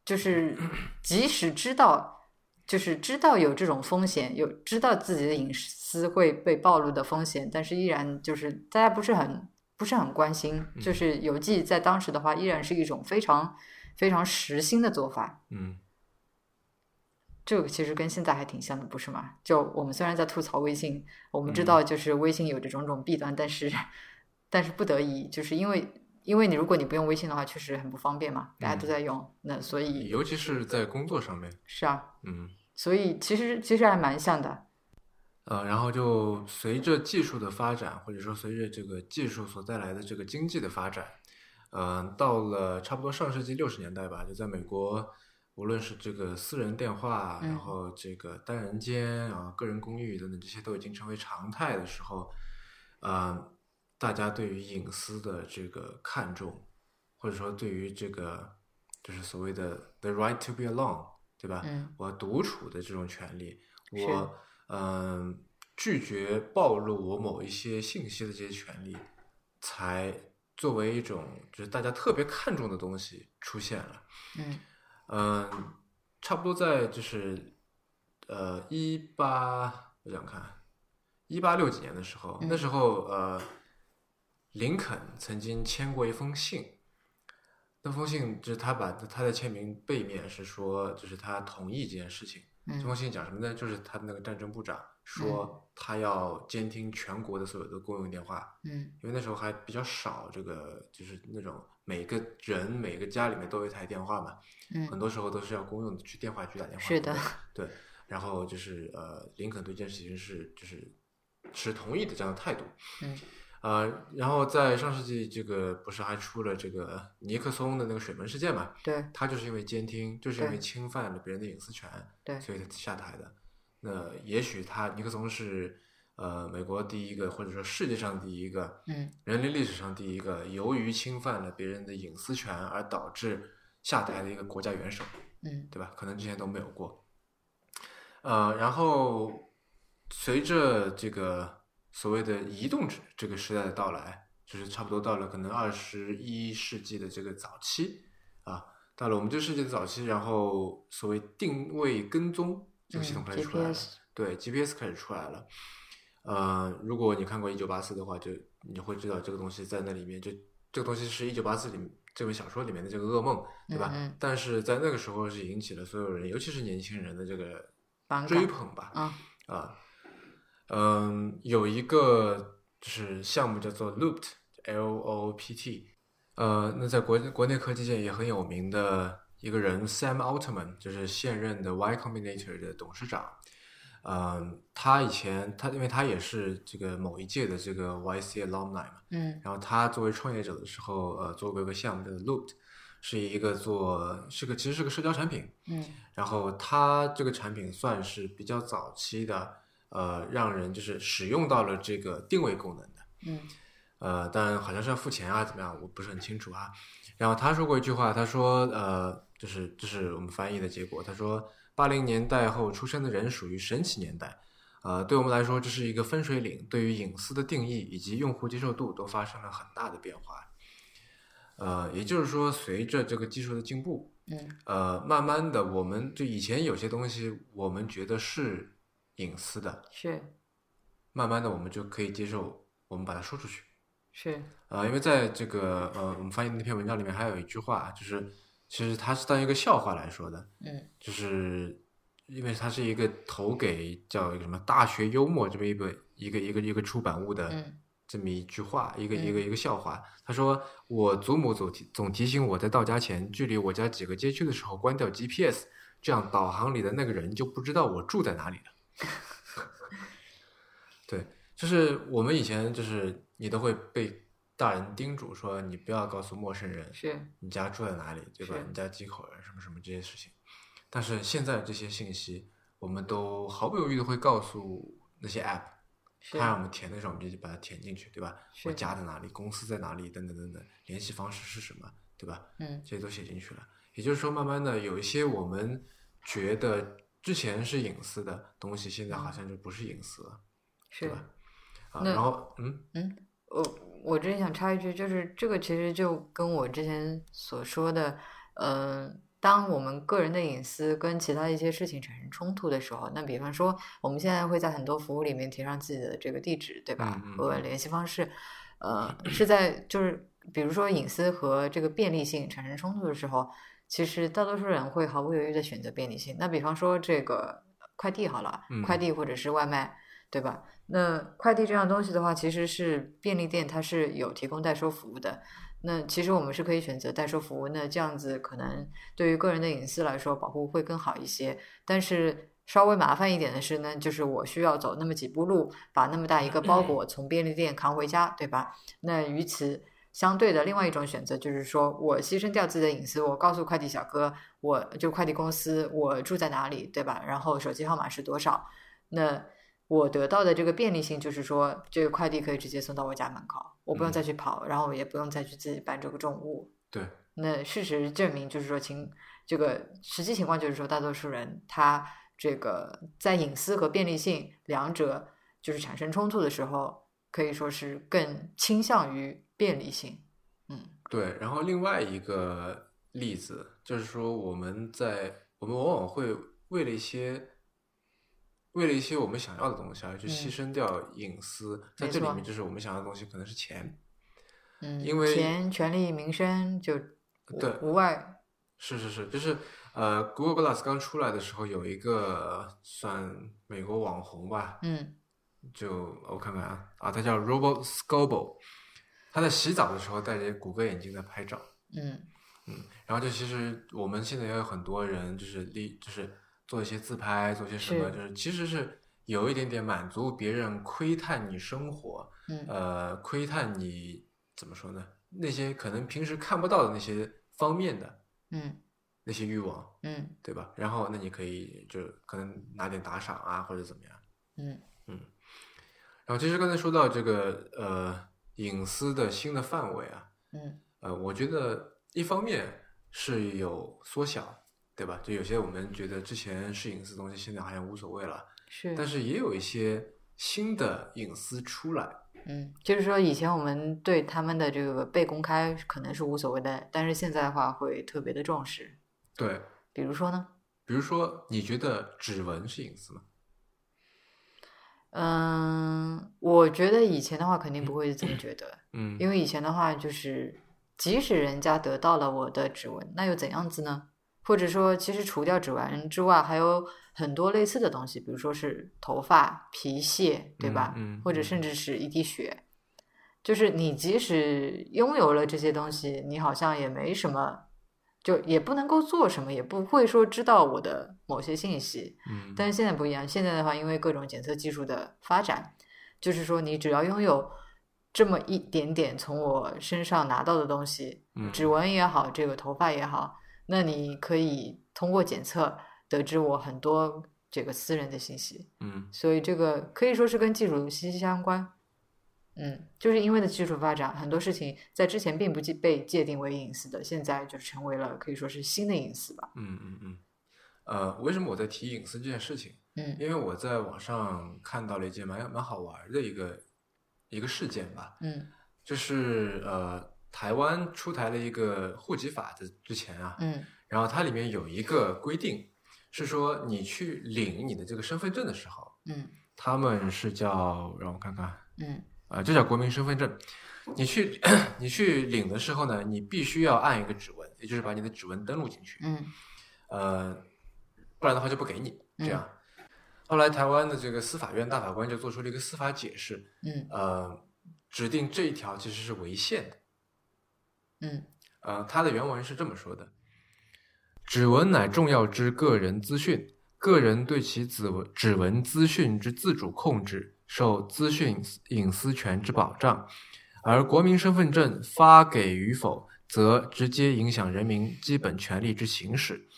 S2: 就是即使知道，就是知道有这种风险，有知道自己的隐私会被暴露的风险，但是依然就是大家不是很不是很关心，就
S1: 嗯
S2: 是邮寄在当时的话，依然是一种非常非常实心的做法。
S1: 嗯
S2: 这个其实跟现在还挺像的，不是吗？就我们虽然在吐槽微信，我们知道就是微信有这种种弊端，但是但是不得已，就是因为因为你如果你不用微信的话，确实很不方便嘛，大家都在用，那所以
S1: 嗯尤其是在工作上面，
S2: 是啊，
S1: 嗯。
S2: 所以其实其实还蛮像的，
S1: 呃，然后就随着技术的发展，或者说随着这个技术所带来的这个经济的发展，呃，到了差不多上世纪六十年代吧，就在美国，无论是这个私人电话，
S2: 嗯
S1: 然后这个单人间啊、个人公寓等等这些都已经成为常态的时候，呃，大家对于隐私的这个看重，或者说对于这个就是所谓的 the right to be alone，对吧？
S2: 嗯
S1: 我独处的这种权利，
S2: 是
S1: 我嗯、拒绝暴露我某一些信息的这些权利，才作为一种就是大家特别看重的东西出现了。
S2: 嗯
S1: 嗯、差不多在就是呃一八我想看一八六几年的时候，
S2: 嗯
S1: 那时候呃林肯曾经签过一封信。那封信就是他把他的签名背面是说，就是他同意这件事情，这封
S2: 嗯
S1: 信讲什么呢？就是他那个战争部长说他要监听全国的所有的公用电话，
S2: 嗯
S1: 因为那时候还比较少这个，就是那种每个人每个家里面都有一台电话嘛，很
S2: 嗯，
S1: 多时候都是要公用去电话局打电话。
S2: 是的，
S1: 对。然后就是呃，林肯对这件事情是就是持同意的这样的态度。
S2: 嗯
S1: 呃，然后在上世纪这个不是还出了这个尼克松的那个水门事件嘛？
S2: 对
S1: 他就是因为监听，就是因
S2: 对
S1: 为侵犯了别人的隐私权，
S2: 对
S1: 所以他下台的。那也许他尼克松是呃美国第一个，或者说世界上第一个，
S2: 嗯
S1: 人类历史上第一个，由于侵犯了别人的隐私权而导致下台的一个国家元首，
S2: 嗯
S1: 对吧？可能之前都没有过。呃，然后随着这个所谓的移动这这个时代的到来，就是差不多到了可能二十一世纪的这个早期啊，到了我们这世纪的早期，然后所谓定位跟踪这个系统
S2: 嗯
S1: 开始出来了，
S2: GPS
S1: 对 GPS 开始出来了。呃，如果你看过《一九八四》的话，就你会知道这个东西在那里面，就这个东西是《一九八四》里这本小说里面的这个噩梦，对吧？
S2: 嗯嗯
S1: 但是在那个时候是引起了所有人，尤其是年轻人的这个
S2: 反
S1: 追
S2: 感，
S1: 捧吧，
S2: 嗯
S1: 啊，嗯，有一个就是项目叫做 Looped，L O P T，呃，那在国国内科技界也很有名的一个人 Sam Altman，就是现任的 Y Combinator 的董事长。嗯，他以前他因为他也是这个某一届的这个 YC alumni 嘛，
S2: 嗯
S1: 然后他作为创业者的时候，呃，做过一个项目叫做 Looped，是一个做是个其实是个社交产品，
S2: 嗯
S1: 然后它这个产品算是比较早期的，呃，让人就是使用到了这个定位功能的，
S2: 嗯
S1: 呃，但好像是要付钱啊，怎么样？我不是很清楚啊。然后他说过一句话，他说，呃，就是就是我们翻译的结果，他说，八零年代后出生的人属于神奇年代，呃，对我们来说这是一个分水岭，对于隐私的定义以及用户接受度都发生了很大的变化。呃，也就是说，随着这个技术的进步，
S2: 嗯
S1: 呃，慢慢的，我们就以前有些东西我们觉得是隐私的，
S2: 是
S1: 慢慢的我们就可以接受，我们把它说出去。
S2: 是
S1: 啊、因为在这个呃，我们翻译的那篇文章里面还有一句话，就是其实它是当一个笑话来说的，
S2: 嗯
S1: 就是因为它是一个投给叫一个什么“大学幽默”这么一本一个一个一个出版物的
S2: 嗯
S1: 这么一句话，一个一个
S2: 嗯
S1: 一个笑话。他说：“我祖母总提总提醒我在到家前，距离我家几个街区的时候关掉 GPS，这样导航里的那个人就不知道我住在哪里了。” 对，就是我们以前就是你都会被大人叮嘱说，你不要告诉陌生人
S2: 是
S1: 你家住在哪里，对吧
S2: 是？
S1: 你家几口人，什么什么这些事情。但是现在这些信息，我们都毫不犹豫的会告诉那些 app。
S2: 是
S1: 他让我们填的时候，我们就去把它填进去，对吧？
S2: 是
S1: 我家在哪里，公司在哪里，等等等等，联系方式是什么，对吧？
S2: 嗯
S1: 这些都写进去了。也就是说，慢慢的有一些我们觉得之前是隐私的东西，现在好像就不是隐私了，对
S2: 嗯是
S1: 吧？啊，
S2: 那
S1: 然后嗯
S2: 我我这里想插一句，就是这个其实就跟我之前所说的，呃，当我们个人的隐私跟其他一些事情产生冲突的时候，那比方说我们现在会在很多服务里面填上自己的这个地址，对吧？
S1: 嗯嗯
S2: 或者联系方式，呃，是在就是比如说隐私和这个便利性产生冲突的时候，其实大多数人会毫不犹豫的选择便利性。那比方说这个快递好了，
S1: 嗯
S2: 快递或者是外卖，对吧？那快递这样东西的话，其实是便利店它是有提供代收服务的。那其实我们是可以选择代收服务，那这样子可能对于个人的隐私来说保护会更好一些。但是稍微麻烦一点的是呢，就是我需要走那么几步路，把那么大一个包裹从便利店扛回家，对吧？那与此相对的，另外一种选择就是说我牺牲掉自己的隐私，我告诉快递小哥，我就快递公司我住在哪里，对吧？然后手机号码是多少？那我得到的这个便利性就是说，这个快递可以直接送到我家门口，我不用再去跑，然后我也不用再去自己搬这个重物。
S1: 对，
S2: 那事实证明，就是说情这个实际情况就是说，大多数人他这个在隐私和便利性两者就是产生冲突的时候，可以说是更倾向于便利性。嗯
S1: 对，然后另外一个例子就是说，我们在我们往往会为了一些为了一些我们想要的东西而去牺
S2: 嗯
S1: 牲掉隐私，在
S2: 没
S1: 这里
S2: 错
S1: 面就是我们想要的东西可能是钱，
S2: 嗯，
S1: 因为
S2: 钱、权利、民生就无
S1: 对
S2: 无外
S1: 是是是，就是呃，Google Glass 刚出来的时候，有一个算美国网红吧，
S2: 嗯
S1: 就我看看啊啊，他叫 Robo Scobo，他在洗澡的时候戴着谷歌眼镜在拍照。
S2: 嗯
S1: 然后就其实我们现在也有很多人就是立就是做一些自拍，做一些什么，
S2: 是
S1: 就是其实是有一点点满足别人窥探你生活，
S2: 嗯
S1: 呃，窥探你怎么说呢？那些可能平时看不到的那些方面的
S2: 嗯
S1: 那些欲望，
S2: 嗯
S1: 对吧？然后那你可以就可能拿点打赏啊，或者怎么样。
S2: 嗯
S1: 然后其实刚才说到这个呃隐私的新的范围啊，
S2: 嗯
S1: 呃，我觉得一方面是有缩小，对吧？就有些我们觉得之前是隐私的东西，现在好像无所谓了，
S2: 是，
S1: 但是也有一些新的隐私出来。
S2: 嗯，就是说以前我们对他们的这个被公开可能是无所谓的，但是现在的话会特别的重视。
S1: 对，
S2: 比如说呢，
S1: 比如说，你觉得指纹是隐私吗？
S2: 嗯，我觉得以前的话肯定不会这么觉得，
S1: 嗯
S2: 因为以前的话就是，即使人家得到了我的指纹，那又怎样子呢？或者说，其实除掉指纹之外，还有很多类似的东西，比如说是头发、皮屑，对吧？
S1: 嗯嗯
S2: 或者
S1: 嗯
S2: 甚至是一滴血，就是你即使拥有了这些东西，你好像也没什么，就也不能够做什么，也不会说知道我的某些信息。
S1: 嗯，
S2: 但是现在不一样，现在的话，因为各种检测技术的发展，就是说你只要拥有这么一点点从我身上拿到的东西，
S1: 嗯
S2: 指纹也好，这个头发也好，那你可以通过检测得知我很多这个私人的信息，
S1: 嗯
S2: 所以这个可以说是跟技术息息相关。嗯，就是因为的技术发展，很多事情在之前并不被界定为隐私的，现在就成为了可以说是新的隐私吧。
S1: 嗯嗯嗯，呃，为什么我在提隐私这件事情？
S2: 嗯
S1: 因为我在网上看到了一件蛮蛮好玩的一个一个事件吧，
S2: 嗯
S1: 就是呃，台湾出台了一个户籍法的之前啊，
S2: 嗯
S1: 然后它里面有一个规定，是说你去领你的这个身份证的时候，
S2: 嗯
S1: 他们是叫让我看看，
S2: 嗯
S1: 啊，就叫国民身份证。你去 你去领的时候呢，你必须要按一个指纹，也就是把你的指纹登录进去，
S2: 嗯
S1: 呃，不然的话就不给你。这
S2: 嗯
S1: 样，后来台湾的这个司法院大法官就做出了一个司法解释，
S2: 嗯
S1: 呃，指定这一条其实是违宪的。
S2: 嗯。
S1: 呃，它的原文是这么说的：指纹乃重要之个人资讯，个人对其指纹指纹资讯之自主控制，受资讯隐私权之保障；而国民身份证发给与否，则直接影响人民基本权利之行使。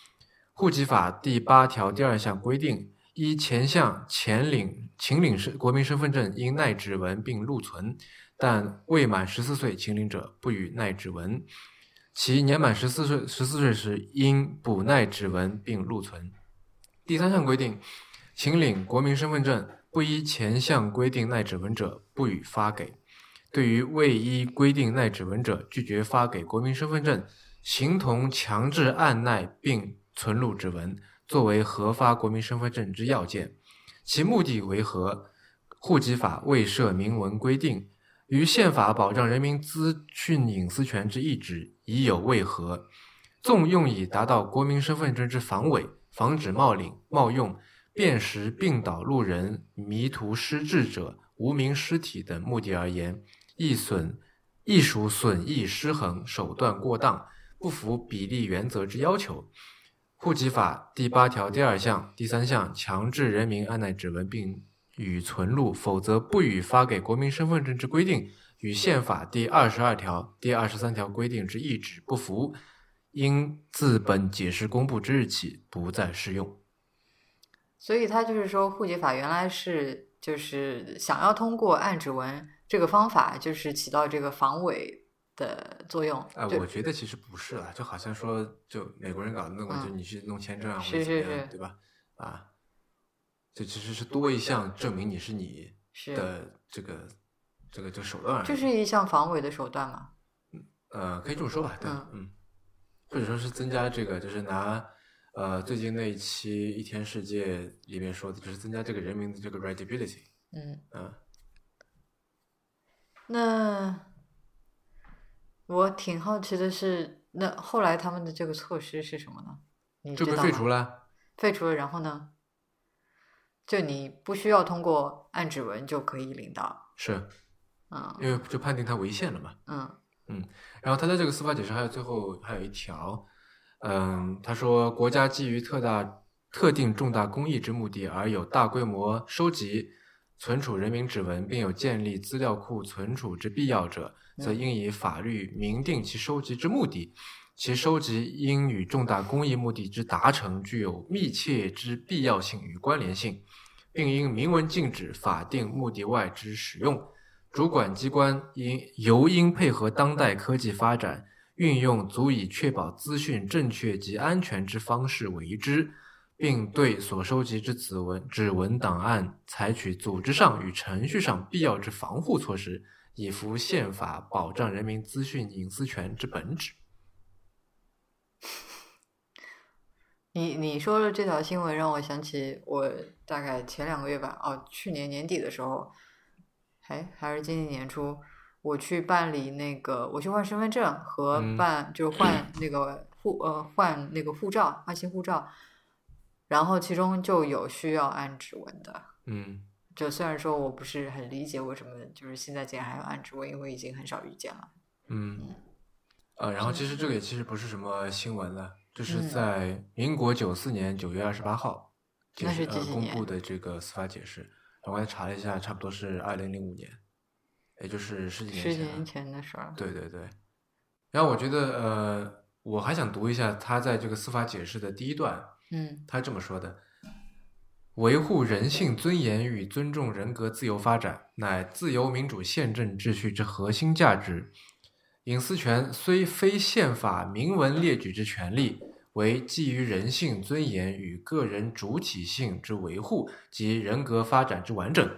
S1: 户籍法第八条第二项规定，依前项前领请领身国民身份证应耐指纹并录存，但未满十四岁请领者不予耐指纹。其年满十四岁十四岁时，应补耐指纹并录存。第三项规定，请领国民身份证不依前项规定耐指纹者，不予发给。对于未依规定耐指纹者，拒绝发给国民身份证，形同强制按耐并存录指纹，作为核发国民身份证之要件。其目的为何？户籍法未设明文规定，于宪法保障人民资讯隐私权之意旨已有违和，纵用以达到国民身份证之防伪，防止冒领、冒用、辨识病倒路人、迷途失智者、无名尸体等目的而言，亦损亦属损益失衡、手段过当，不符比例原则之要求。户籍法第八条第二项、第三项强制人民按耐指纹并予存录，否则不予发给国民身份证之规定，与宪法第二十二条、第二十三条规定之意旨不符，应自本解释公布之日起不再适用。
S2: 所以他就是说，户籍法原来是就是想要通过按指纹这个方法，就是起到这个防伪的作用。
S1: 啊、
S2: 对
S1: 我觉得其实不是啦，就好像说，就美国人搞的那种，
S2: 嗯
S1: 就你去弄签证啊，或
S2: 是
S1: 者怎么
S2: 是
S1: 样，
S2: 是
S1: 对吧？啊，这其实是多一项证明你是你
S2: 是，
S1: 的这个这个这个手段而已。
S2: 这是一项防伪的手段嘛？
S1: 呃，可以这么说吧，对，
S2: 嗯
S1: 嗯，或者说是增加这个，就是拿呃最近那一期《一天世界》里面说的，就是增加这个人民的这个 readability，
S2: 嗯，
S1: 嗯、
S2: 那我挺好奇的是，那后来他们的这个措施是什么呢？你
S1: 就
S2: 知
S1: 被
S2: 道
S1: 废
S2: 吗
S1: 除了。
S2: 废除了，然后呢？就你不需要通过按指纹就可以领到。
S1: 是
S2: 嗯
S1: 因为就判定它违宪了嘛，
S2: 嗯
S1: 然后他在这个司法解释还有最后还有一条，嗯，他说国家基于特大特定重大公益之目的而有大规模收集、存储人民指纹，并有建立资料库存储之必要者，则应以法律明定其收集之目的。其收集应与重大公益目的之达成具有密切之必要性与关联性，并应明文禁止法定目的外之使用。主管机关应尤应配合当代科技发展，运用足以确保资讯正确及安全之方式为之，并对所收集之指纹、指纹档案采取组织上与程序上必要之防护措施，以符宪法保障人民资讯隐私权之本旨。
S2: 你你说的这条新闻让我想起我大概前两个月吧，哦，去年年底的时候，还还是今年年初，我去办理那个，我去换身份证和
S1: 嗯
S2: 办、就是换那个护呃换那个护照，换新护照，然后其中就有需要按指纹的，
S1: 嗯
S2: 就虽然说我不是很理解为什么就是现在竟然还要按指纹，因为已经很少遇见了。
S1: 嗯，呃，然后其实这个也其实不是什么新闻了，这是
S2: 嗯
S1: 在民国九四年九月二十八号解
S2: 那
S1: 释
S2: 是几
S1: 呃
S2: 几
S1: 公
S2: 年
S1: 布的这个司法解释。然后我刚才查了一下，差不多是二零零五年，也就是十几年
S2: 十几
S1: 前了。
S2: 年前的事儿，
S1: 对对对。然后我觉得，呃，我还想读一下他在这个司法解释的第一段，
S2: 嗯
S1: 他这么说的：维护人性尊严与尊重人格自由发展，乃自由民主宪政秩序之核心价值。隐私权虽非宪法明文列举之权利，为基于人性尊严与个人主体性之维护及人格发展之完整，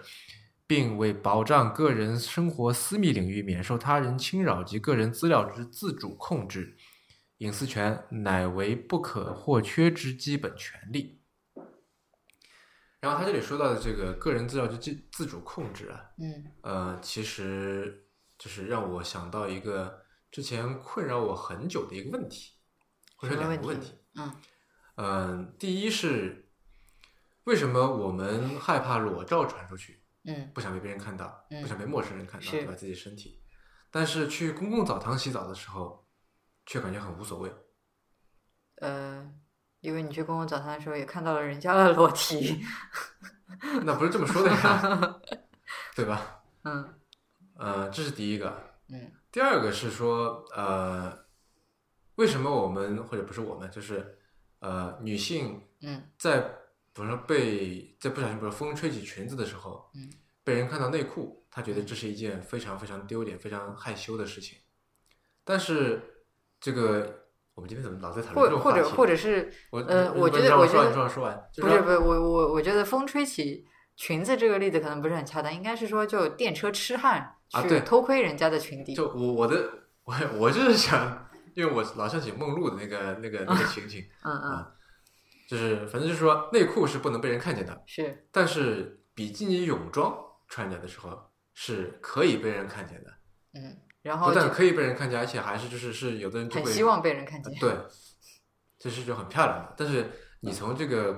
S1: 并为保障个人生活私密领域免受他人侵扰及个人资料之自主控制，隐私权乃为不可或缺之基本权利。然后他这里说到的这个个人资料之自自主控制啊，
S2: 嗯
S1: 呃，其实就是让我想到一个之前困扰我很久的一个问题，或者
S2: 什
S1: 说
S2: 么
S1: 两个
S2: 问
S1: 问
S2: 题
S1: 题。
S2: 嗯
S1: 嗯、第一是为什么我们害怕裸照传出去？
S2: 嗯
S1: 不想被别人看到，
S2: 嗯
S1: 不想被陌生人看到，
S2: 是
S1: 对吧？自己的身体，但是去公共澡堂洗澡的时候，却感觉很无所谓。
S2: 呃，因为你去公共早餐的时候也看到了人家的裸体，
S1: 那不是这么说的呀， 对吧？
S2: 嗯
S1: 呃，这是第一个。
S2: 嗯
S1: 第二个是说，呃，为什么我们或者不是我们，就是呃，女性
S2: 嗯
S1: 在比如说被在不小心，比如说风吹起裙子的时候，
S2: 嗯，
S1: 被人看到内裤，她觉得这是一件非常非常丢脸、非常害羞的事情。但是这个我们今天怎么老在讨
S2: 或
S1: 论这种
S2: 或
S1: 话题？
S2: 者或者是
S1: 我
S2: 呃
S1: 你
S2: 我
S1: 不
S2: 觉
S1: 你
S2: 得
S1: 让
S2: 我
S1: 我
S2: 觉
S1: 说完，
S2: 得
S1: 你让我说完，就
S2: 不是
S1: 让
S2: 不是我我我觉得风吹起裙子这个例子可能不是很恰当，应该是说就电车痴汉
S1: 啊
S2: 去
S1: 对
S2: 偷窥人家的裙底，
S1: 就我我的我我就是想，因为我老想起梦露的那个那个那个情景，
S2: 嗯嗯
S1: 啊就是反正就是说内裤是不能被人看见的，
S2: 是
S1: 但是比基尼泳装穿着的时候是可以被人看见的，
S2: 嗯，然后
S1: 不
S2: 就
S1: 但可以被人看见，而且还是就是是有的人就
S2: 很
S1: 会
S2: 希望被人看见，
S1: 对，这是就很漂亮的，但是你从这个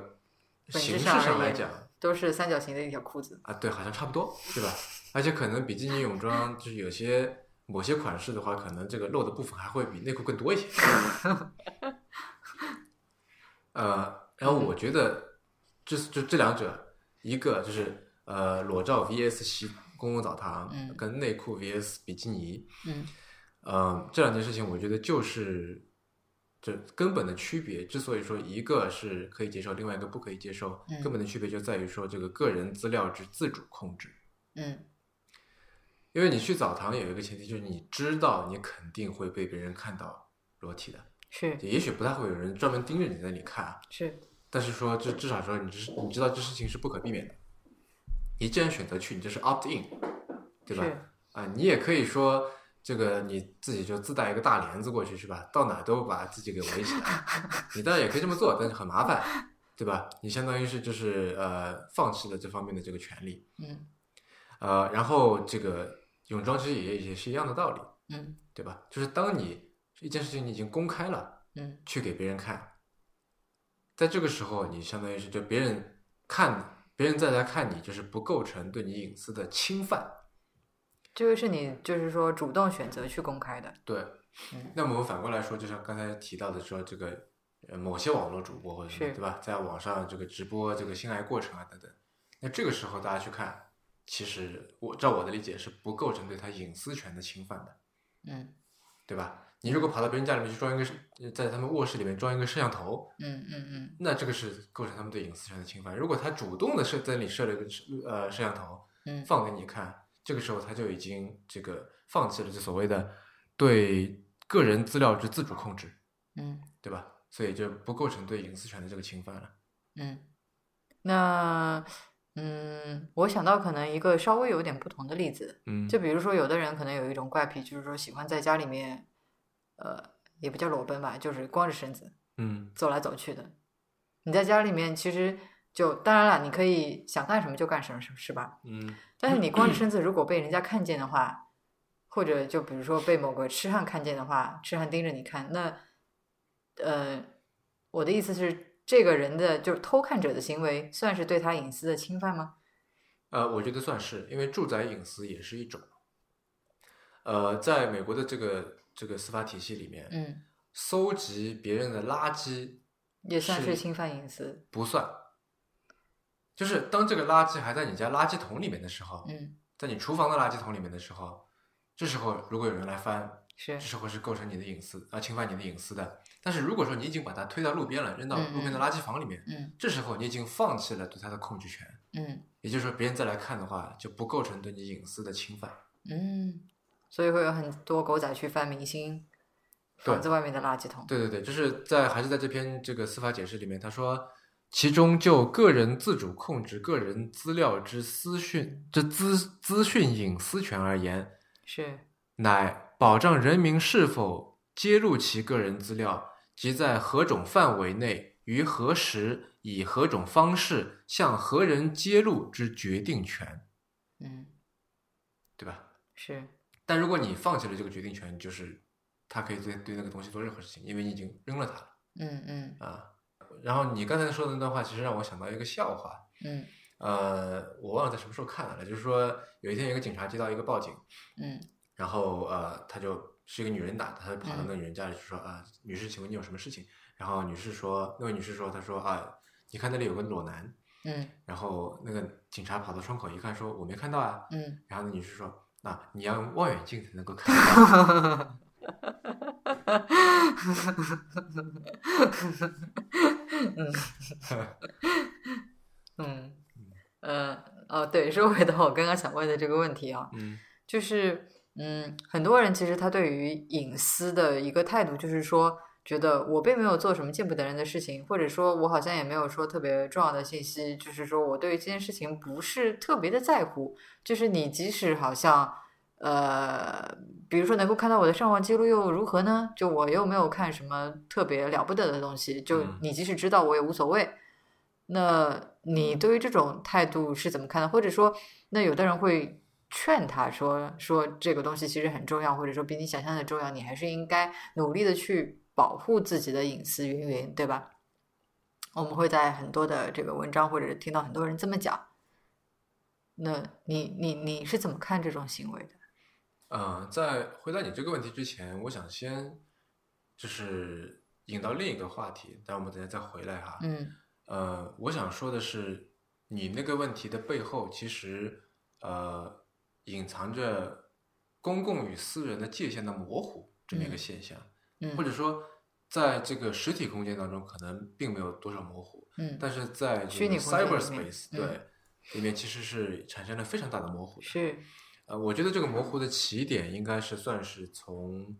S2: 本质
S1: 形式
S2: 上而
S1: 上来
S2: 言
S1: 讲，
S2: 都是三角形的一条裤子，
S1: 啊，对，好像差不多，对吧？而且可能比基尼泳装就是有些某些款式的话，可能这个露的部分还会比内裤更多一些。呃，然后我觉得这就这两者，一个就是呃裸照 VS 洗公共澡堂，
S2: 嗯
S1: 跟内裤 VS 比基尼，
S2: 嗯
S1: 呃，这两件事情我觉得就是。这根本的区别，之所以说一个是可以接受，另外一个不可以接受，
S2: 嗯
S1: 根本的区别就在于说这个个人资料之自主控制。
S2: 嗯
S1: 因为你去澡堂有一个前提，就是你知道你肯定会被别人看到裸体的，
S2: 是
S1: 也许不太会有人专门盯着你在那里看啊，
S2: 是
S1: 但是说这至少说你知你知道这事情是不可避免的。你既然选择去，你就是 opt in，对吧？
S2: 是
S1: 啊，你也可以说这个你自己就自带一个大帘子过去是吧？到哪都把自己给围起来， 你当然也可以这么做，但是很麻烦，对吧？你相当于是就是呃放弃了这方面的这个权利，
S2: 嗯
S1: 呃，然后这个泳装其实也也是一样的道理，
S2: 嗯
S1: 对吧？就是当你一件事情你已经公开了，
S2: 嗯
S1: 去给别人看，在这个时候，你相当于是就别人看，别人再来看你，就是不构成对你隐私的侵犯。
S2: 这个是你就是说主动选择去公开的，
S1: 对
S2: 嗯，
S1: 那么我们反过来说，就像刚才提到的说，这个呃某些网络主播或者什么
S2: 是
S1: 对吧，在网上这个直播这个性爱过程啊等等，那这个时候大家去看，其实我照我的理解是不构成对他隐私权的侵犯的。
S2: 嗯
S1: 对吧？你如果跑到别人家里面去装一个摄，呃在他们卧室里面装一个摄像头，
S2: 嗯嗯嗯
S1: 那这个是构成他们对隐私权的侵犯。如果他主动的设在那里设了一个摄呃摄像头
S2: 嗯
S1: 放给你看，这个时候他就已经这个放弃了这所谓的对个人资料之自主控制，
S2: 嗯
S1: 对吧？所以就不构成对隐私权的这个侵犯了。
S2: 嗯，那嗯，我想到可能一个稍微有点不同的例子，
S1: 嗯，
S2: 就比如说有的人可能有一种怪癖，就是说喜欢在家里面，呃，也不叫裸奔吧，就是光着身子
S1: 嗯
S2: 走来走去的。你在家里面其实就当然了，你可以想干什么就干什么，是是吧？
S1: 嗯
S2: 但是你 光着身子，如果被人家看见的话，或者就比如说被某个痴汉看见的话，痴汉盯着你看，那，呃，我的意思是，这个人的就是偷看者的行为，算是对他隐私的侵犯吗？
S1: 呃，我觉得算是，因为住宅隐私也是一种。呃，在美国的这个这个司法体系里面，
S2: 嗯，
S1: 搜集别人的垃圾
S2: 也算
S1: 是
S2: 是侵犯隐私。
S1: 不算，就是当这个垃圾还在你家垃圾桶里面的时候，
S2: 嗯，
S1: 在你厨房的垃圾桶里面的时候，这时候如果有人来翻，
S2: 是
S1: 这，时候是构成你的隐私啊、侵犯你的隐私的。但是如果说你已经把它推到路边了，扔到
S2: 嗯嗯
S1: 路边的垃圾房里面，
S2: 嗯
S1: 这时候你已经放弃了对它的控制权，
S2: 嗯
S1: 也就是说，别人再来看的话，就不构成对你隐私的侵犯。
S2: 嗯，所以会有很多狗仔去翻明星
S1: 对
S2: 房子外面的垃圾桶。
S1: 对对对，就是在还是在这篇这个司法解释里面，他说，其中就个人自主控制个人资料之私讯之资资讯隐私权而言，
S2: 是，
S1: 乃保障人民是否揭露其个人资料及在何种范围内于何时以何种方式向何人揭露之决定权，
S2: 嗯，
S1: 对吧？
S2: 是，
S1: 但如果你放弃了这个决定权，就是他可以对对那个东西做任何事情，因为你已经扔了它了。
S2: 嗯嗯
S1: 啊。然后你刚才说的那段话，其实让我想到一个笑话，
S2: 嗯
S1: 呃，我忘了在什么时候看来了，就是说有一天有一个警察接到一个报警，
S2: 嗯
S1: 然后呃，他就是一个女人打的，他就跑到那个女人家里就说啊、女士，请问你有什么事情？然后女士说，那位女士说，她说啊，你看那里有个裸男，
S2: 嗯
S1: 然后那个警察跑到窗口一看，说我没看到啊，
S2: 嗯，
S1: 然后那女士说，那、你要用望远镜才能够看得到。
S2: 嗯，呃，哦，对，说回到我刚刚想问的这个问题啊，
S1: 嗯
S2: 就是，嗯，很多人其实他对于隐私的一个态度，就是说，觉得我并没有做什么见不得人的事情，或者说我好像也没有说特别重要的信息，就是说我对于这件事情不是特别的在乎。就是你即使好像，呃，比如说能够看到我的上网记录又如何呢？就我又没有看什么特别了不得的东西，就
S1: 嗯
S2: 你即使知道我也无所谓。那
S1: 嗯
S2: 你对于这种态度是怎么看的？或者说，那有的人会劝他说说这个东西其实很重要，或者说比你想象的重要，你还是应该努力的去保护自己的隐私，云云，对吧？我们会在很多的这个文章或者听到很多人这么讲。那你你你是怎么看这种行为的？
S1: 呃，在回答你这个问题之前，我想先就是引到另一个话题，但我们等一下再回来哈。
S2: 嗯
S1: 呃，我想说的是，你那个问题的背后，其实呃隐藏着公共与私人的界限的模糊这么一个
S2: 嗯
S1: 现象，
S2: 嗯
S1: 或者说在这个实体空间当中，可能并没有多少模糊，
S2: 嗯，
S1: 但是在这
S2: 虚
S1: 个
S2: 拟空间里面
S1: cyberspace
S2: 嗯
S1: 对里面其实是产生了非常大的模糊的。
S2: 是
S1: 呃，我觉得这个模糊的起点应该是算是从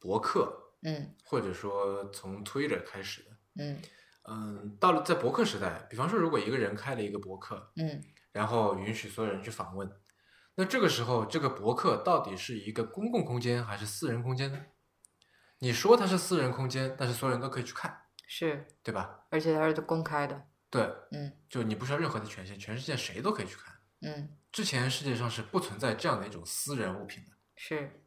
S1: 博客
S2: 嗯
S1: 或者说从 Twitter 开始的。
S2: 嗯
S1: 嗯，到了在博客时代，比方说如果一个人开了一个博客，
S2: 嗯
S1: 然后允许所有人去访问，那这个时候这个博客到底是一个公共空间还是私人空间呢？你说它是私人空间，但是所有人都可以去看，
S2: 是，
S1: 对吧？
S2: 而且它是公开的。
S1: 对，
S2: 嗯
S1: 就你不需要任何的权限，全世界谁都可以去看。
S2: 嗯
S1: 之前世界上是不存在这样的一种私人物品的。
S2: 是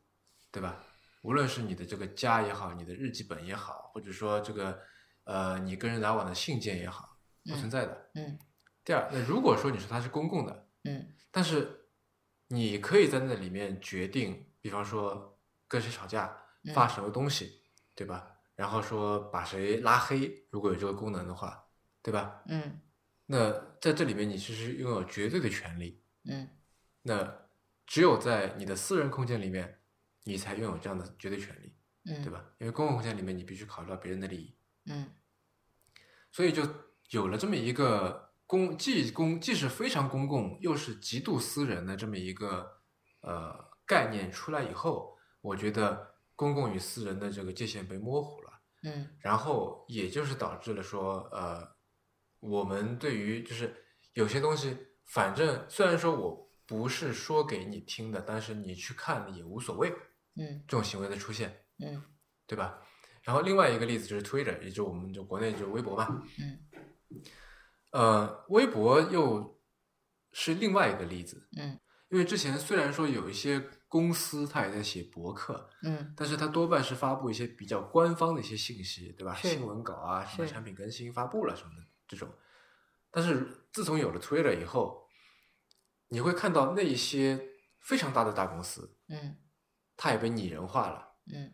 S1: 对吧？无论是你的这个家也好，你的日记本也好，或者说这个呃你跟人来往的信件也好，不存在的。
S2: 嗯
S1: 第二，那如果说你说它是公共的，
S2: 嗯
S1: 但是你可以在那里面决定，比方说跟谁吵架，
S2: 嗯
S1: 发什么东西，对吧？然后说把谁拉黑，如果有这个功能的话，对吧？
S2: 嗯
S1: 那在这里面你其实拥有绝对的权利。
S2: 嗯
S1: 那只有在你的私人空间里面，你才拥有这样的绝对权利。
S2: 嗯，
S1: 对？吧？因为公共空间里面你必须考虑到别人的利益，
S2: 嗯
S1: 所以就有了这么一个公既公既是非常公共，又是极度私人的这么一个呃概念出来以后，我觉得公共与私人的这个界限被模糊了，
S2: 嗯
S1: 然后也就是导致了说呃我们对于就是有些东西，反正虽然说我不是说给你听的，但是你去看了也无所谓，
S2: 嗯
S1: 这种行为的出现，
S2: 嗯
S1: 对吧？然后另外一个例子就是 Twitter，也就我们就国内就是微博嘛，
S2: 嗯
S1: 呃，微博又是另外一个例子，
S2: 嗯
S1: 因为之前虽然说有一些公司它也在写博客，
S2: 嗯
S1: 但是它多半是发布一些比较官方的一些信息，对吧？
S2: 是
S1: 新闻稿啊，什么
S2: 是
S1: 产品更新发布了什么的这种。但是自从有了 Twitter 以后，你会看到那一些非常大的大公司，
S2: 嗯
S1: 它也被拟人化了。
S2: 嗯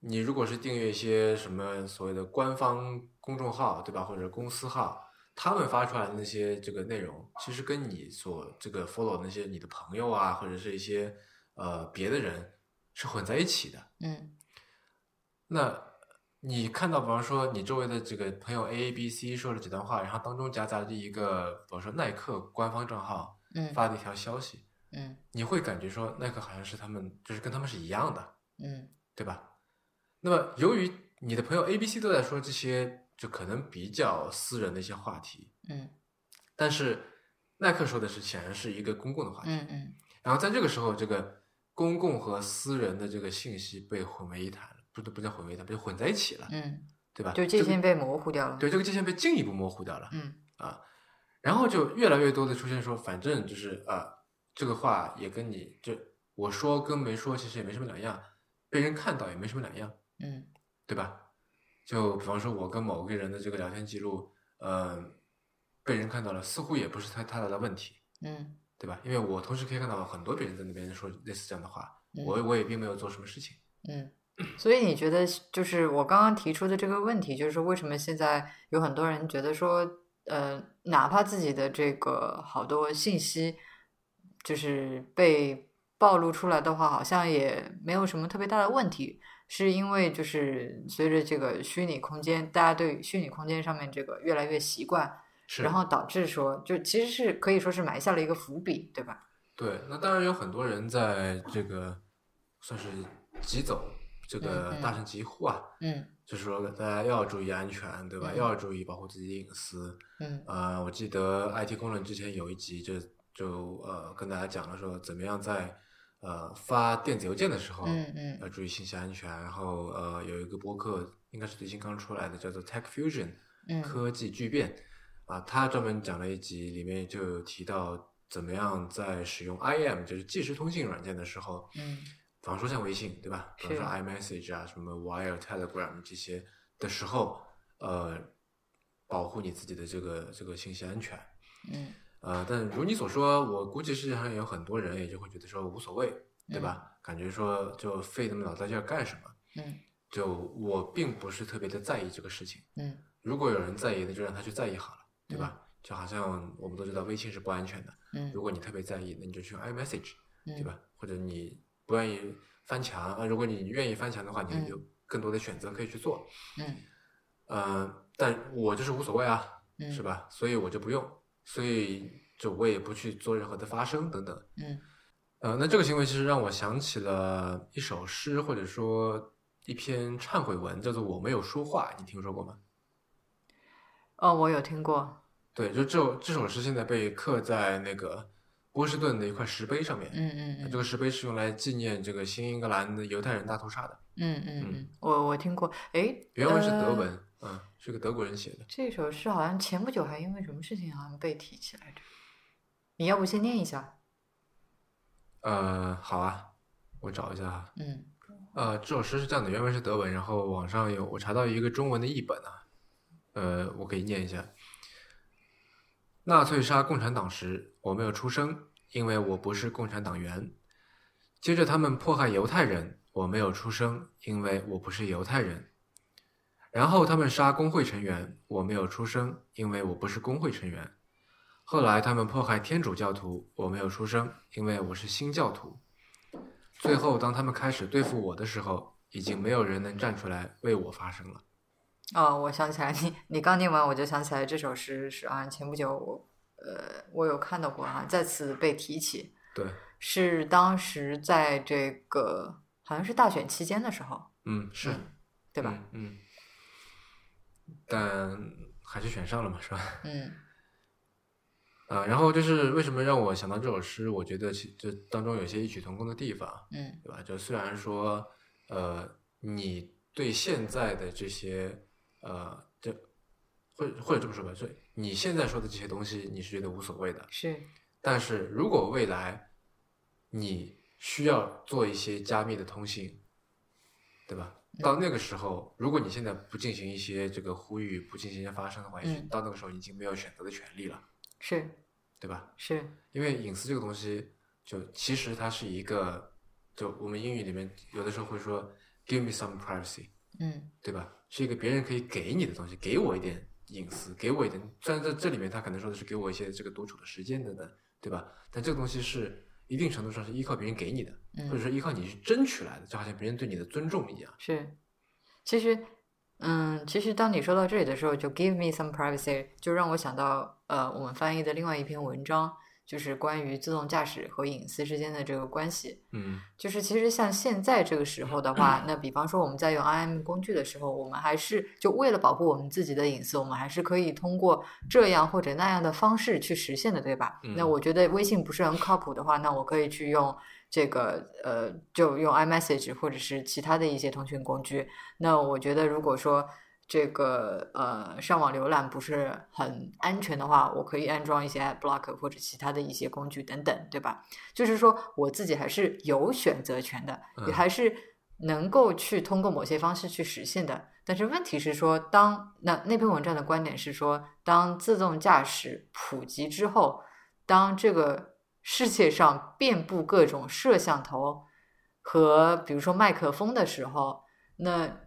S1: 你如果是订阅一些什么所谓的官方公众号，对吧，或者公司号，他们发出来的那些这个内容，其实跟你所这个 follow 的那些你的朋友啊，或者是一些呃别的人是混在一起的。
S2: 嗯
S1: 那你看到，比方说你周围的这个朋友 A、B、C 说了几段话，然后当中夹杂着一个，比方说耐克官方账号
S2: 嗯
S1: 发的一条消息，
S2: 嗯
S1: 你会感觉说耐克好像是他们，就是跟他们是一样的。
S2: 嗯
S1: 对吧？那么由于你的朋友 A、B、C 都在说这些，就可能比较私人的一些话题，
S2: 嗯
S1: 但是耐克说的是显然是一个公共的话题。
S2: 嗯嗯
S1: 然后在这个时候，这个公共和私人的这个信息被混为一谈了，不不叫混为一谈，被混在一起了，
S2: 嗯，
S1: 对吧？
S2: 就界
S1: 这
S2: 限
S1: 个
S2: 被模糊掉了。
S1: 对这个界限被进一步模糊掉了。
S2: 嗯
S1: 啊，然后就越来越多的出现说，反正就是啊，这个话也跟你就我说跟没说其实也没什么两样，被人看到也没什么两样，
S2: 嗯
S1: 对吧？就比方说我跟某个人的这个聊天记录，呃，被人看到了，似乎也不是太太大的问题，
S2: 嗯
S1: 对吧？因为我同时可以看到很多别人在那边说类似这样的话，
S2: 嗯
S1: 我我也并没有做什么事情。
S2: 嗯， 所以你觉得就是我刚刚提出的这个问题，就是说为什么现在有很多人觉得说，呃，哪怕自己的这个好多信息就是被暴露出来的话，好像也没有什么特别大的问题，是因为就是随着这个虚拟空间，大家对虚拟空间上面这个越来越习惯，
S1: 是，
S2: 然后导致说，就其实是可以说是埋下了一个伏笔，对吧？
S1: 对，那当然有很多人在这个算是急走这个
S2: 嗯嗯
S1: 大声疾呼啊。
S2: 嗯
S1: 就是说大家要注意安全，对吧？
S2: 嗯
S1: 要注意保护自己的隐私。
S2: 嗯
S1: 呃，我记得 IT 公论之前有一集就就呃跟大家讲了说，怎么样在呃发电子邮件的时候、
S2: 嗯嗯
S1: 要注意信息安全。然后呃有一个播客应该是最近刚出来的，叫做 Tech Fusion
S2: 嗯
S1: 科技巨变啊、他专门讲了一集，里面就有提到怎么样在使用 IM 就是即时通信软件的时候，
S2: 嗯
S1: 比方说像微信，对吧？比方
S2: 是
S1: 说 iMessage 啊，什么 Wire、Telegram 这些的时候，呃，保护你自己的这个这个信息安全。
S2: 嗯，
S1: 呃，但如你所说，我估计世界上有很多人也就会觉得说无所谓，对吧？感觉说就费那么脑袋劲儿干什么？
S2: 嗯？
S1: 就我并不是特别的在意这个事情。
S2: 嗯嗯
S1: 如果有人在意，那就让他去在意好了，对吧？就好像我们都知道微信是不安全的，
S2: 嗯
S1: 如果你特别在意，那你就去用 iMessage。对
S2: 嗯
S1: 吧？或者你不愿意翻墙啊、呃如果你愿意翻墙的话，你
S2: 嗯
S1: 有更多的选择可以去做。
S2: 嗯
S1: 呃，但我就是无所谓啊，
S2: 嗯，
S1: 是？吧？所以我就不用，所以就我也不去做任何的发声等等。
S2: 嗯
S1: 呃，那这个行为其实让我想起了一首诗，或者说一篇忏悔文，叫做《我没有说话》，你听说过吗？
S2: 哦，我有听过，
S1: 对，就这首这首诗现在被刻在那个波士顿的一块石碑上面。
S2: 嗯
S1: 这
S2: 嗯嗯
S1: 个石碑是用来纪念这个新英格兰的犹太人大屠杀的。
S2: 嗯嗯
S1: 嗯
S2: 嗯，我我听过，诶，
S1: 原文是德
S2: 呃
S1: 文，嗯，是个德国人写的。
S2: 这首诗好像前不久还因为什么事情好像被提起来着，你要不先念一下？
S1: 呃，好啊，我找一下啊。
S2: 嗯
S1: 呃，这首诗是这样的，原文是德文，然后网上有我查到一个中文的译本啊，呃，我可以念一下。纳粹杀共产党时，我没有出声，因为我不是共产党员。接着他们迫害犹太人，我没有出声，因为我不是犹太人。然后他们杀工会成员，我没有出声，因为我不是工会成员。后来他们迫害天主教徒，我没有出声，因为我是新教徒。最后，当他们开始对付我的时候，已经没有人能站出来为我发声了。
S2: 哦，我想起来，你你刚念完我就想起来这首诗是啊，前不久我呃我有看到过哈、再次被提起，
S1: 对，
S2: 是当时在这个好像是大选期间的时候，
S1: 嗯嗯，是，
S2: 嗯对吧？
S1: 嗯？嗯。但还是选上了嘛，是吧？
S2: 嗯
S1: 啊，然后就是为什么让我想到这首诗？我觉得其这当中有些异曲同工的地方，
S2: 嗯
S1: 对吧？就虽然说，呃，你对现在的这些，呃，这或者或者这么说吧，就你现在说的这些东西，你是觉得无所谓的。
S2: 是
S1: 但是如果未来你需要做一些加密的通信，对吧？到那个时候，如果你现在不进行一些这个呼吁，不进行一些发声的话，也许
S2: 嗯
S1: 到那个时候你已经没有选择的权利了，
S2: 是
S1: 对吧？
S2: 是
S1: 因为隐私这个东西，就其实它是一个，就我们英语里面有的时候会说 “give me some privacy”，
S2: 嗯
S1: 对吧？是一个别人可以给你的东西，给我一点隐私，给我一点。虽然在这里面他可能说的是给我一些这个独处的时间等等，对吧？但这个东西是一定程度上是依靠别人给你的，或者
S2: 嗯
S1: 说依靠你去争取来的，就好像别人对你的尊重一样。
S2: 是。其实，嗯，其实当你说到这里的时候，就 give me some privacy，就让我想到呃，我们翻译的另外一篇文章，就是关于自动驾驶和隐私之间的这个关系。
S1: 嗯
S2: 就是其实像现在这个时候的话，那比方说我们在用 IM 工具的时候，我们还是就为了保护我们自己的隐私，我们还是可以通过这样或者那样的方式去实现的，对吧？
S1: 嗯
S2: 那我觉得微信不是很靠谱的话，那我可以去用这个呃，就用 iMessage 或者是其他的一些通讯工具。那我觉得如果说这个呃上网浏览不是很安全的话，我可以安装一些 Adblock 或者其他的一些工具等等，对吧？就是说我自己还是有选择权的，
S1: 嗯
S2: 也还是能够去通过某些方式去实现的。但是问题是说，当那那篇文章的观点是说，当自动驾驶普及之后，当这个世界上遍布各种摄像头和比如说麦克风的时候，那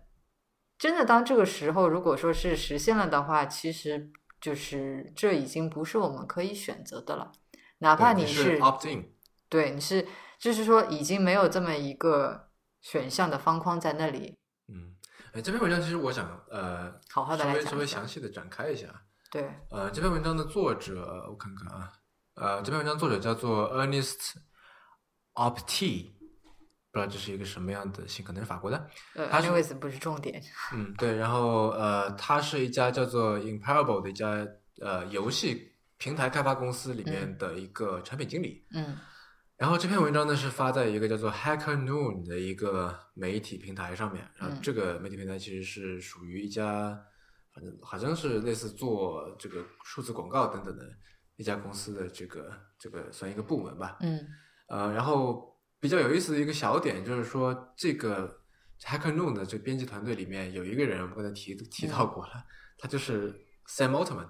S2: 真的当这个时候如果说是实现了的话，其实就是这已经不是我们可以选择的了。哪怕
S1: 对
S2: 你
S1: 是 opt in，
S2: 对，你是就是说已经没有这么一个选项的方框在那里，
S1: 嗯，哎，这篇文章其实我想呃，
S2: 好好的
S1: 稍
S2: 来
S1: 微
S2: 讲
S1: 稍微
S2: 一下
S1: 详细的展开一下啊。
S2: 对，
S1: 呃，这篇文章的作者，我看看啊，呃，这篇文章作者叫做 Ernest Opti，不知道这是一个什么样的姓，可能是法国的。
S2: 呃
S1: 它是
S2: ，anyways 不是重点，
S1: 嗯，对。然后呃，他是一家叫做 Imparable 的一家呃游戏平台开发公司里面的一个产品经理。
S2: 嗯
S1: 然后这篇文章呢是发在一个叫做 Hacker Noon 的一个媒体平台上面。然后
S2: 嗯
S1: 这个媒体平台其实是属于一家，反正好像是类似做这个数字广告等等的一家公司的这个这个算一个部门吧。
S2: 嗯
S1: 呃，然后比较有意思的一个小点就是说，这个 Hacker Noon 的这编辑团队里面有一个人，我们刚才提提到过了，他就是 Sam Altman。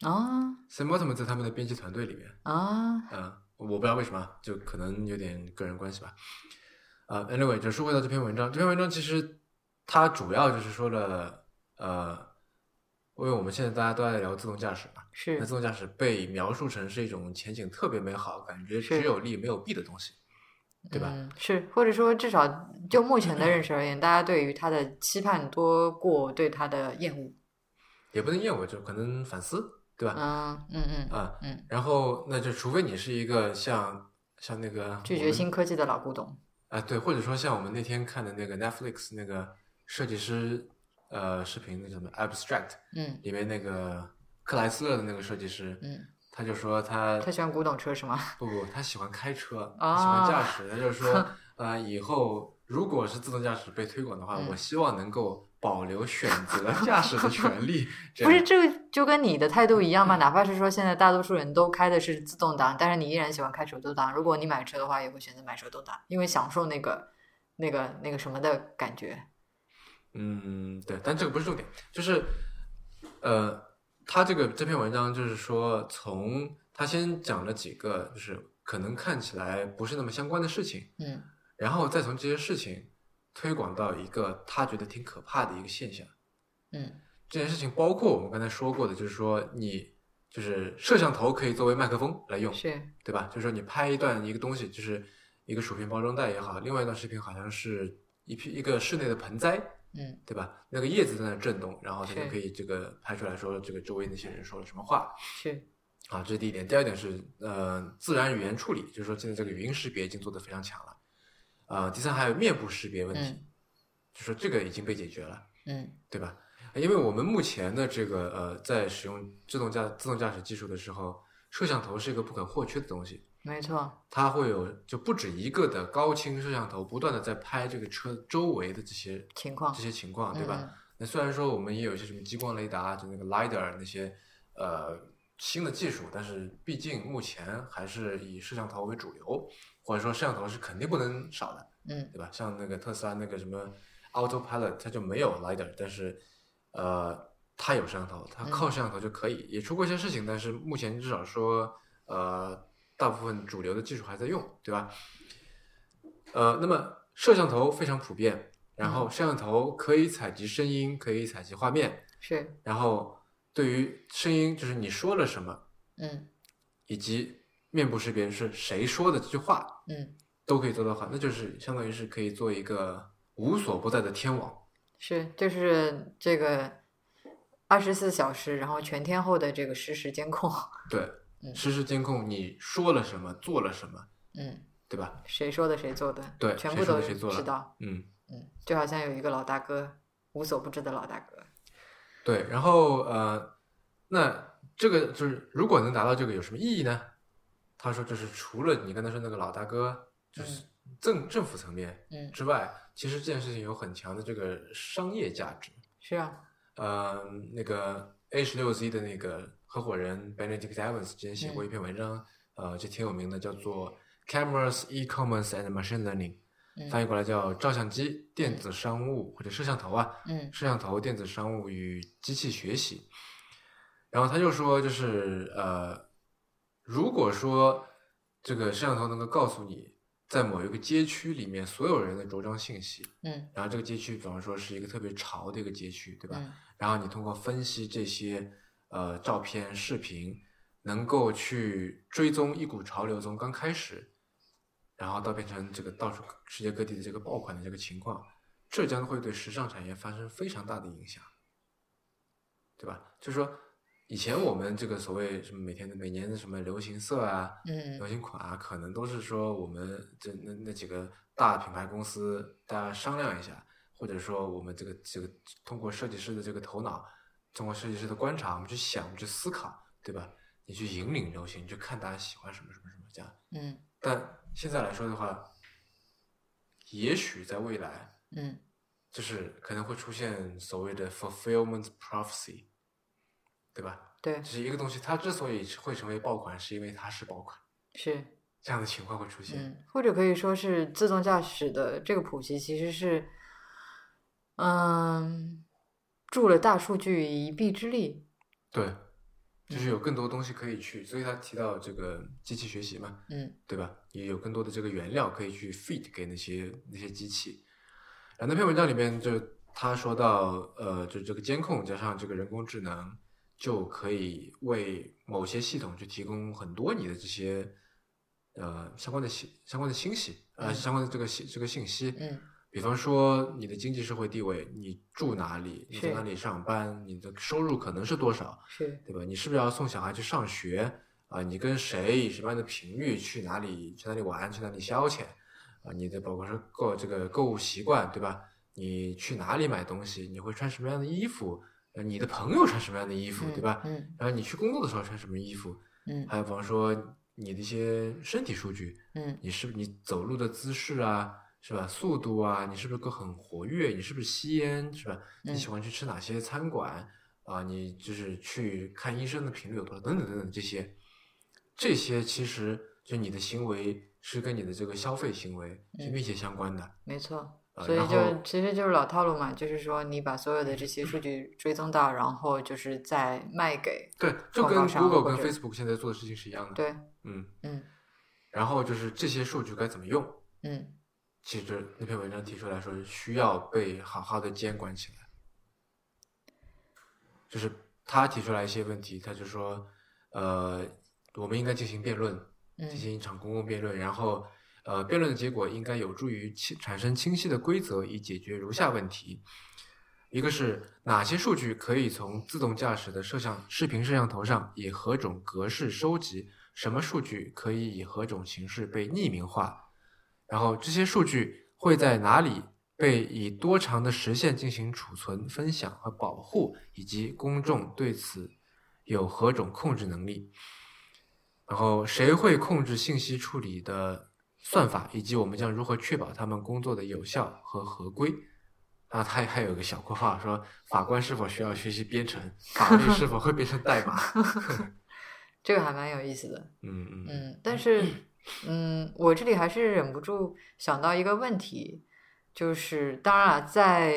S2: 啊
S1: Sam Altman 在他们的编辑团队里面。
S2: 啊，
S1: 嗯，我不知道为什么，就可能有点个人关系吧。呃，anyway，只是回到这篇文章，这篇文章其实它主要就是说了，呃，因为我们现在大家都在聊自动驾驶嘛，那
S2: 是
S1: 自动驾驶被描述成是一种前景特别美好，感觉
S2: 是
S1: 只有利没有弊的东西，对吧？
S2: 嗯，是，或者说至少就目前的认识而言，大家对于它的期盼多过对它的厌恶，
S1: 也不能厌恶，就可能反思，对吧？
S2: 嗯嗯嗯
S1: 啊，
S2: 嗯，
S1: 然后那就除非你是一个像像那个
S2: 拒
S1: 我
S2: 绝
S1: 们
S2: 新科技的老古董，
S1: 啊，对，或者说像我们那天看的那个 Netflix 那个设计师呃视频，那叫什么 Abstract
S2: 嗯
S1: 里面那个克莱斯勒的那个设计师，
S2: 嗯，
S1: 他就说他
S2: 他喜欢古董车是吗？
S1: 不不，他喜欢开车，
S2: 啊
S1: 喜欢驾驶，他就 说呃，以后如果是自动驾驶被推广的话，
S2: 嗯
S1: 我希望能够保留选择驾驶的权 利。这
S2: 不是，
S1: 样嗯
S2: 这个就跟你的态度一样嘛。哪怕是说现在大多数人都开的是自动挡，但是你依然喜欢开手动挡。如果你买车的话，也会选择买手动挡，因为享受那个、那个、那个什么的感觉。
S1: 嗯，对，但这个不是重点，就是，呃，他这个这篇文章就是说，从他先讲了几个就是可能看起来不是那么相关的事情，
S2: 嗯
S1: 然后再从这些事情推广到一个他觉得挺可怕的一个现象。
S2: 嗯
S1: 这件事情包括我们刚才说过的，就是说你就是摄像头可以作为麦克风来用，
S2: 是
S1: 对吧？就是说你拍一段一个东西，就是一个薯片包装袋也好，另外一段视频好像是一批一个室内的盆栽，
S2: 嗯
S1: 对吧？那个叶子在那震动，然后它就是可以这个拍出来说这个周围那些人说了什么话
S2: 是
S1: 啊，这是第一点。第二点是呃自然语言处理，就是说现在这个语音识别已经做得非常强了。啊呃，第三还有面部识别问题，
S2: 嗯
S1: 就说这个已经被解决了，
S2: 嗯
S1: 对吧？因为我们目前的这个呃，在使用自动驾自动驾驶技术的时候，摄像头是一个不可或缺的东西。
S2: 没错，
S1: 它会有就不止一个的高清摄像头，不断的在拍这个车周围的这些
S2: 情况
S1: 这些情况，对吧？那虽然说我们也有一些什么激光雷达，就那个 lidar 那些呃新的技术，但是毕竟目前还是以摄像头为主流，或者说摄像头是肯定不能少的，
S2: 嗯
S1: 对吧？像那个特斯拉那个什么 Autopilot，它就没有 lidar，但是呃它有摄像头，它靠摄像头就可以，也出过一些事情，但是目前至少说呃大部分主流的技术还在用，对吧？呃，那么摄像头非常普遍，然后摄像头可以采集声音，可以采集画面，
S2: 是，
S1: 然后对于声音就是你说了什么，
S2: 嗯
S1: 以及面部识别是谁说的这句话，
S2: 嗯
S1: 都可以做到好，那就是相当于是可以做一个无所不在的天网。
S2: 是，就是这个二十四小时，然后全天候的这个实时监控，
S1: 对，
S2: 嗯
S1: 实时监控你说了什么，做了什么，
S2: 嗯，
S1: 对吧？
S2: 谁说的谁做的，
S1: 对
S2: 全
S1: 谁
S2: 部
S1: 说
S2: 都
S1: 的谁做
S2: 知
S1: 了
S2: 道，
S1: 嗯，
S2: 嗯，就好像有一个老大哥，无所不知的老大哥，
S1: 对。然后呃，那这个就是如果能达到这个有什么意义呢？他说，就是除了你刚才说那个老大哥，就是政政府层面
S2: 嗯，
S1: 之外，其实这件事情有很强的这个商业价值。
S2: 是啊，
S1: 呃，那个 A 十六 Z 的那个合伙人 Benedict Evans 之前写过一篇文章，呃，就挺有名的，叫做《Cameras, E-commerce and Machine Learning》，
S2: 嗯
S1: 翻译过来叫“照相机、电子商务或者摄像头啊，
S2: 嗯
S1: 摄像头、电子商务与机器学习”。然后他就说，就是呃，如果说这个摄像头能够告诉你在某一个街区里面所有人的着装信息，
S2: 嗯
S1: 然后这个街区，比方说是一个特别潮的一个街区，对吧？
S2: 嗯
S1: 然后你通过分析这些呃照片、视频，能够去追踪一股潮流从刚开始，然后到变成这个到处世界各地的这个爆款的这个情况，这将会对时尚产业发生非常大的影响，对吧？就是说，以前我们这个所谓什么每天的每年的什么流行色啊，流
S2: 嗯
S1: 行款啊，可能都是说我们这那那几个大品牌公司大家商量一下，或者说我们这个这个通过设计师的这个头脑，通过设计师的观察，我们去想，我们去思考，对吧？你去引领流行，你去看大家喜欢什么什么什么这样。
S2: 嗯
S1: 但现在来说的话，也许在未来，
S2: 嗯，
S1: 就是可能会出现所谓的 fulfillment prophecy，对吧？
S2: 对
S1: 就，是一个东西，它之所以会成为爆款，是因为它是爆款，
S2: 是。
S1: 这样的情况会出现。
S2: 嗯，或者可以说是自动驾驶的这个普及，其实是，嗯，助了大数据一臂之力。
S1: 对，
S2: 嗯
S1: 就是有更多东西可以去，所以他提到这个机器学习嘛，
S2: 嗯
S1: 对吧？也有更多的这个原料可以去 feed 给那些那些机器。然后那篇文章里面就他说到，呃，就这个监控加上这个人工智能，就可以为某些系统去提供很多你的这些呃相关的信相关的信息，呃
S2: 嗯
S1: 相关的这个信这个信息，
S2: 嗯
S1: 比方说你的经济社会地位，你住哪里，你在
S2: 是
S1: 哪里上班，你的收入可能是多少，
S2: 是
S1: 对吧？你是不是要送小孩去上学啊、你跟谁以什么样的频率去哪里去哪里玩，去哪里消遣啊、你的包括说购这个购物习惯，对吧？你去哪里买东西？你会穿什么样的衣服？呃你的朋友穿什么样的衣服，对吧？
S2: 嗯
S1: 然后你去工作的时候穿什么衣服？
S2: 嗯
S1: 还有比方说你的一些身体数据，
S2: 嗯
S1: 你是不你走路的姿势啊，是吧？速度啊，你是不是个很活跃？你是不是吸烟？是吧？你喜
S2: 嗯
S1: 欢去吃哪些餐馆啊、你就是去看医生的频率有多少？等等等等，这些，这些其实就你的行为是跟你的这个消费行为是
S2: 嗯
S1: 密切相关的。
S2: 没错。
S1: 呃
S2: 所以
S1: 然
S2: 就
S1: 后
S2: 其实就是老套路嘛，就是说你把所有的这些数据追踪到，然后就是再卖给
S1: 对，就
S2: 广告
S1: 跟
S2: 商
S1: Google 跟
S2: 或者
S1: Facebook 现在做的事情是一样的。，
S2: 对，
S1: 嗯。
S2: 嗯
S1: 然后就是这些数据该怎么用？
S2: 嗯
S1: 其实那篇文章提出来说，需要被好好的监管起来。就是他提出来一些问题，他就说，呃，我们应该进行辩论，
S2: 嗯
S1: 进行一场公共辩论，然后，呃，辩论的结果应该有助于清产生清晰的规则，以解决如下问题：一个是哪些数据可以从自动驾驶的摄像视频摄像头上以何种格式收集？什么数据可以以何种形式被匿名化？然后这些数据会在哪里被以多长的时限进行储存、分享和保护，以及公众对此有何种控制能力。然后，谁会控制信息处理的算法，以及我们将如何确保他们工作的有效和合规？啊，他还有一个小括号说，法官是否需要学习编程，法律是否会变成代码？
S2: 这个还蛮有意思的。
S1: 嗯嗯
S2: 嗯，但是，嗯，我这里还是忍不住想到一个问题，就是当然了，在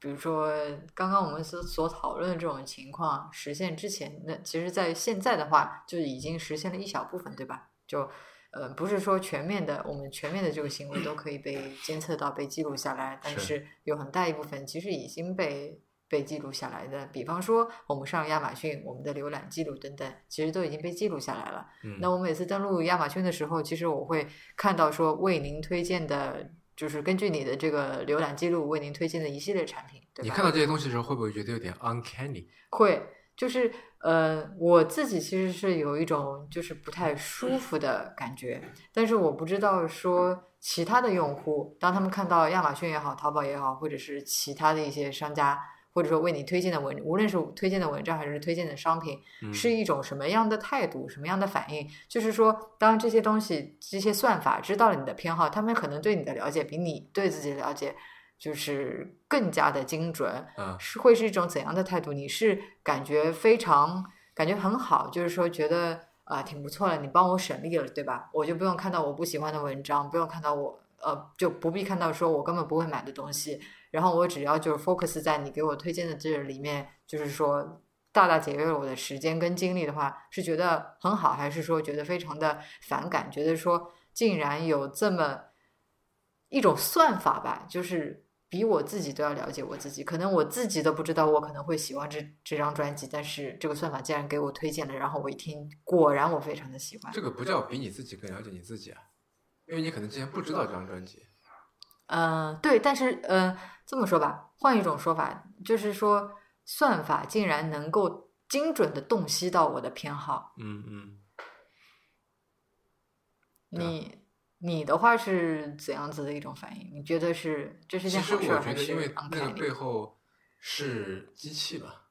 S2: 比如说刚刚我们所所讨论的这种情况实现之前，那其实，在现在的话，就已经实现了一小部分，对吧？就呃，不是说全面的，我们全面的这个行为都可 以被监测到、被记录下来，但
S1: 是
S2: 是有很大一部分其实已经被被记录下来的，比方说我们上亚马逊、我们的浏览记录等等，其实都已经被记录下来了。
S1: 嗯，
S2: 那我每次登录亚马逊的时候，其实我会看到说为您推荐的，就是根据你的这个浏览记录为您推荐的一系列产品，对
S1: 你
S2: 吧？
S1: 看到这些东西的时候，会不会觉得有点 uncanny？
S2: 会就是呃，我自己其实是有一种就是不太舒服的感觉，但是我不知道说其他的用户，当他们看到亚马逊也好、淘宝也好，或者是其他的一些商家，或者说为你推荐的文，无论是推荐的文章还是推荐的商品，
S1: 嗯，
S2: 是一种什么样的态度、什么样的反应？就是说，当这些东西、这些算法知道了你的偏好，他们可能对你的了解比你对自己的了解就是更加的精准，
S1: 啊，
S2: 是会是一种怎样的态度？你是感觉非常感觉很好，就是说觉得啊、挺不错了，你帮我省力了，对吧？我就不用看到我不喜欢的文章，不用看到我呃就不必看到说我根本不会买的东西，然后我只要就是 focus 在你给我推荐的这里面，就是说大大节约了我的时间跟精力的话，是觉得很好，还是说觉得非常的反感，觉得说竟然有这么一种算法吧，就是比我自己都要了解我自己，可能我自己都不知道我可能会喜欢这这张专辑，但是这个算法竟然给我推荐了，然后我一听，果然我非常的喜欢
S1: 这。个不叫比你自己更了解你自己啊，因为你可能之前不知道这张专辑。
S2: 嗯，对，但是呃，这么说吧，换一种说法，就是说算法竟然能够精准的洞悉到我的偏好。
S1: 嗯嗯，对啊
S2: 你你的话是怎样子的一种反应？你觉得是这是
S1: 其
S2: 件
S1: 实
S2: 好
S1: 我
S2: 事儿，
S1: 觉
S2: 还
S1: 得，
S2: 是
S1: 因为那个
S2: uncanny？
S1: 背后是机器吧，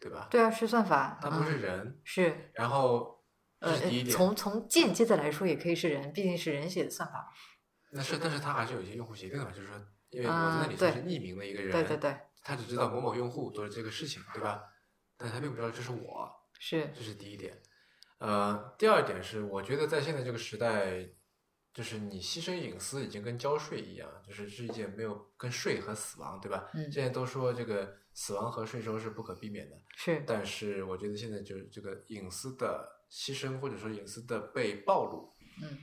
S1: 对吧？
S2: 对啊，是算法，
S1: 它不是
S2: 嗯、
S1: 人。
S2: 是
S1: 然后这
S2: 呃
S1: 是第一，点，
S2: 从从间接的来说，也可以是人，毕竟是人写的算法。
S1: 那是但是它还是有一些用户协定的嘛，就是说，因为我在那里
S2: 嗯
S1: 算
S2: 对
S1: 是匿名的一个人，
S2: 对对对，
S1: 他只知道某某用户做了这个事情，对吧？但他并不知道这是我，
S2: 是，
S1: 这是第一点。呃，第二点是，我觉得在现在这个时代，就是你牺牲隐私已经跟交税一样，就是是一件没有跟税和死亡，对吧？
S2: 嗯
S1: 之，前都说这个死亡和税收是不可避免的，
S2: 是，
S1: 但是我觉得现在就是这个隐私的牺牲或者说隐私的被暴露
S2: 嗯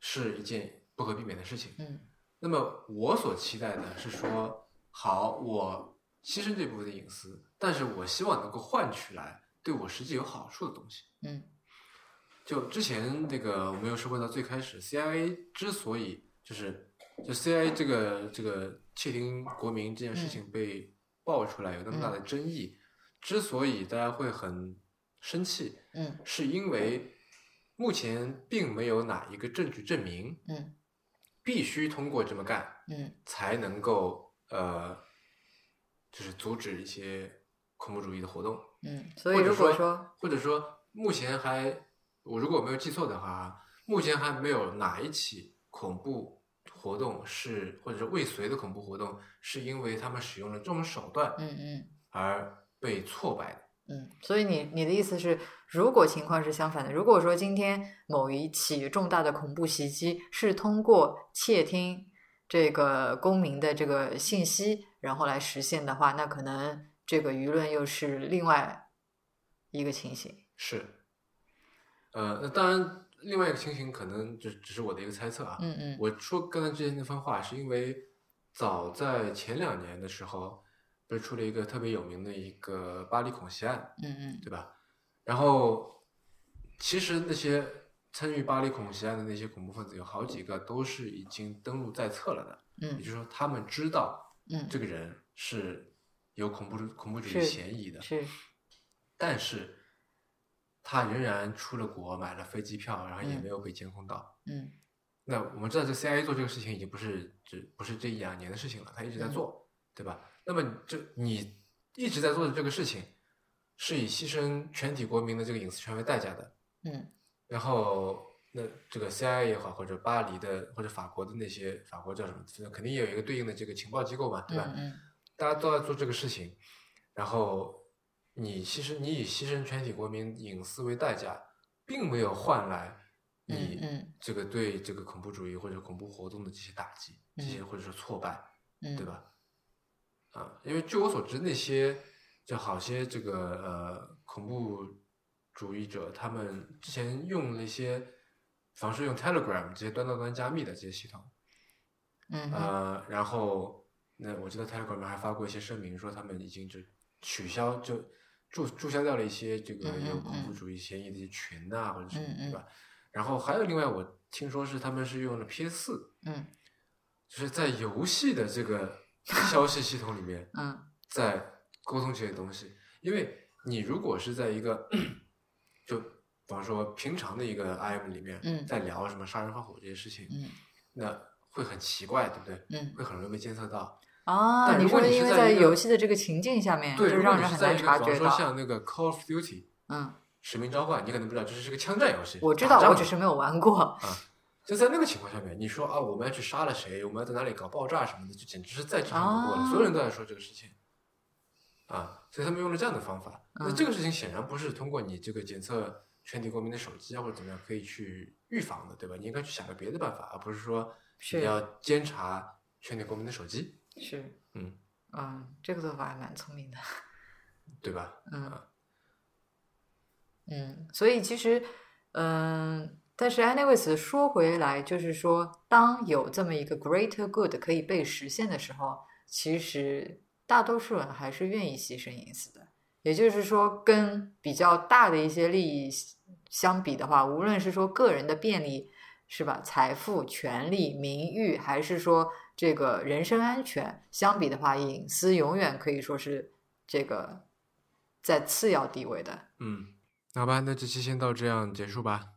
S1: 是一件不可避免的事情。
S2: 嗯
S1: 那么我所期待的是说，好，我牺牲这部分的隐私，但是我希望能够换取来对我实际有好处的东西。
S2: 嗯
S1: 就之前那个我们有说过，到最开始 CIA 之所以就是就 CIA 这个这个窃听国民这件事情被爆出来有那么大的争议，之所以大家会很生气，
S2: 嗯
S1: 是因为目前并没有哪一个证据证明
S2: 嗯
S1: 必须通过这么干。
S2: 嗯
S1: 才能够呃，就是阻止一些恐怖主义的活动，
S2: 嗯。所以
S1: 或者
S2: 如果
S1: 说
S2: 说，
S1: 或者说目前还我如果我没有记错的话，目前还没有哪一起恐怖活动是或者是未遂的恐怖活动是因为他们使用了这种手段
S2: 嗯嗯
S1: 而被挫败的。
S2: 嗯，所以你你的意思是，如果情况是相反的，如果说今天某一起重大的恐怖袭击是通过窃听这个公民的这个信息，然后来实现的话，那可能这个舆论又是另外一个情形。
S1: 是，呃，那当然，另外一个情形可能就只是我的一个猜测啊，
S2: 嗯嗯
S1: 我说刚才之前那番话，是因为早在前两年的时候，不是出了一个特别有名的一个巴黎恐袭案，
S2: 嗯嗯
S1: 对吧？然后，其实那些参与巴黎恐袭案的那些恐怖分子，有好几个都是已经登录在册了的，也
S2: 嗯
S1: 就是说，他们知道
S2: 嗯，
S1: 这个人是有恐怖主恐怖主义
S2: 是
S1: 嫌疑的，
S2: 是。
S1: 但是他仍然出了国，买了飞机票，然后也
S2: 嗯
S1: 没有被监控到。
S2: 嗯
S1: 那我们知道，这 CIA 做这个事情已经不是只不是这一两年的事情了，他一直
S2: 嗯
S1: 在做，对吧？那么这你一直在做的这个事情，是以牺牲全体国民的这个隐私权为代价的。
S2: 嗯
S1: 然后那这个 CIA 也好，或者巴黎的或者法国的那些法国叫什么，反正肯定也有一个对应的这个情报机构嘛，对吧？
S2: 嗯嗯，
S1: 大家都在做这个事情，然后你牺牲，你以牺牲全体国民隐私为代价，并没有换来
S2: 嗯
S1: 你
S2: 嗯
S1: 这个对这个恐怖主义或者恐怖活动的这些打击，这些或者是挫败，
S2: 嗯，
S1: 对？吧？啊，因为据我所知，那些就好些这个呃恐怖主义者，他们之前用了一些，方式用 Telegram 这些端到端加密的这些系统，
S2: 嗯嗯
S1: 呃，然后那我知道 Telegram 还发过一些声明，说他们已经就取消就注注销掉了一些这个
S2: 嗯嗯
S1: 有恐怖
S2: 嗯
S1: 主义嫌疑的一些群呐、或者是
S2: 嗯
S1: 对
S2: 嗯
S1: 吧？然后还有另外我听说是他们是用了 PS 四，
S2: 嗯
S1: 就是在游戏的这个消息系统里 面
S2: 嗯
S1: 在沟通这些东西，因为你如果是在一个就比方说平常的一个 IM 里面，
S2: 嗯
S1: 在聊什么杀人放火这些事情，
S2: 嗯
S1: 那会很奇怪，对不对？
S2: 嗯
S1: 会很容易被监测到。
S2: 啊，
S1: 但
S2: 你
S1: 如果
S2: 说
S1: 你
S2: 因
S1: 是
S2: 为
S1: 在
S2: 在
S1: 一个
S2: 游戏的这个情境下哎面，就
S1: 对，如果
S2: 让
S1: 你
S2: 人
S1: 是
S2: 很
S1: 在
S2: 难
S1: 一个，
S2: 察
S1: 比方
S2: 觉
S1: 说
S2: 到。
S1: 像那个 Call of Duty
S2: 嗯，
S1: 使命召唤，你可能不知道，这是个枪战游戏。
S2: 我知
S1: 打
S2: 道，
S1: 仗
S2: 我只是没有 玩过。
S1: 就在那个情况下面，你说啊，我们要去杀了谁，我们要在哪里搞爆炸什么的，就简直是再正常不过了。
S2: 啊
S1: 所有人都在说这个事情，啊，所以他们用了这样的方法。那
S2: 嗯
S1: 这个事情显然不是通过你这个检测全体国民的手机啊或者怎么样可以去预防的，对吧？你应该去想个别的办法，而不是说
S2: 是
S1: 你要监察全体国民的手机，
S2: 是，
S1: 嗯，
S2: 嗯，这个做法还蛮聪明的。
S1: 对吧？
S2: 嗯
S1: 啊
S2: 嗯，所以其实，嗯，但是 anyways 说回来，就是说，当有这么一个 greater good 可以被实现的时候，其实大多数人还是愿意牺牲隐私的。也就是说，跟比较大的一些利益相比的话，无论是说个人的便利，是吧？财富、权利、名誉，还是说这个人身安全相比的话，隐私永远可以说是这个在次要地位的。
S1: 嗯，好吧，那这期先到这样结束吧。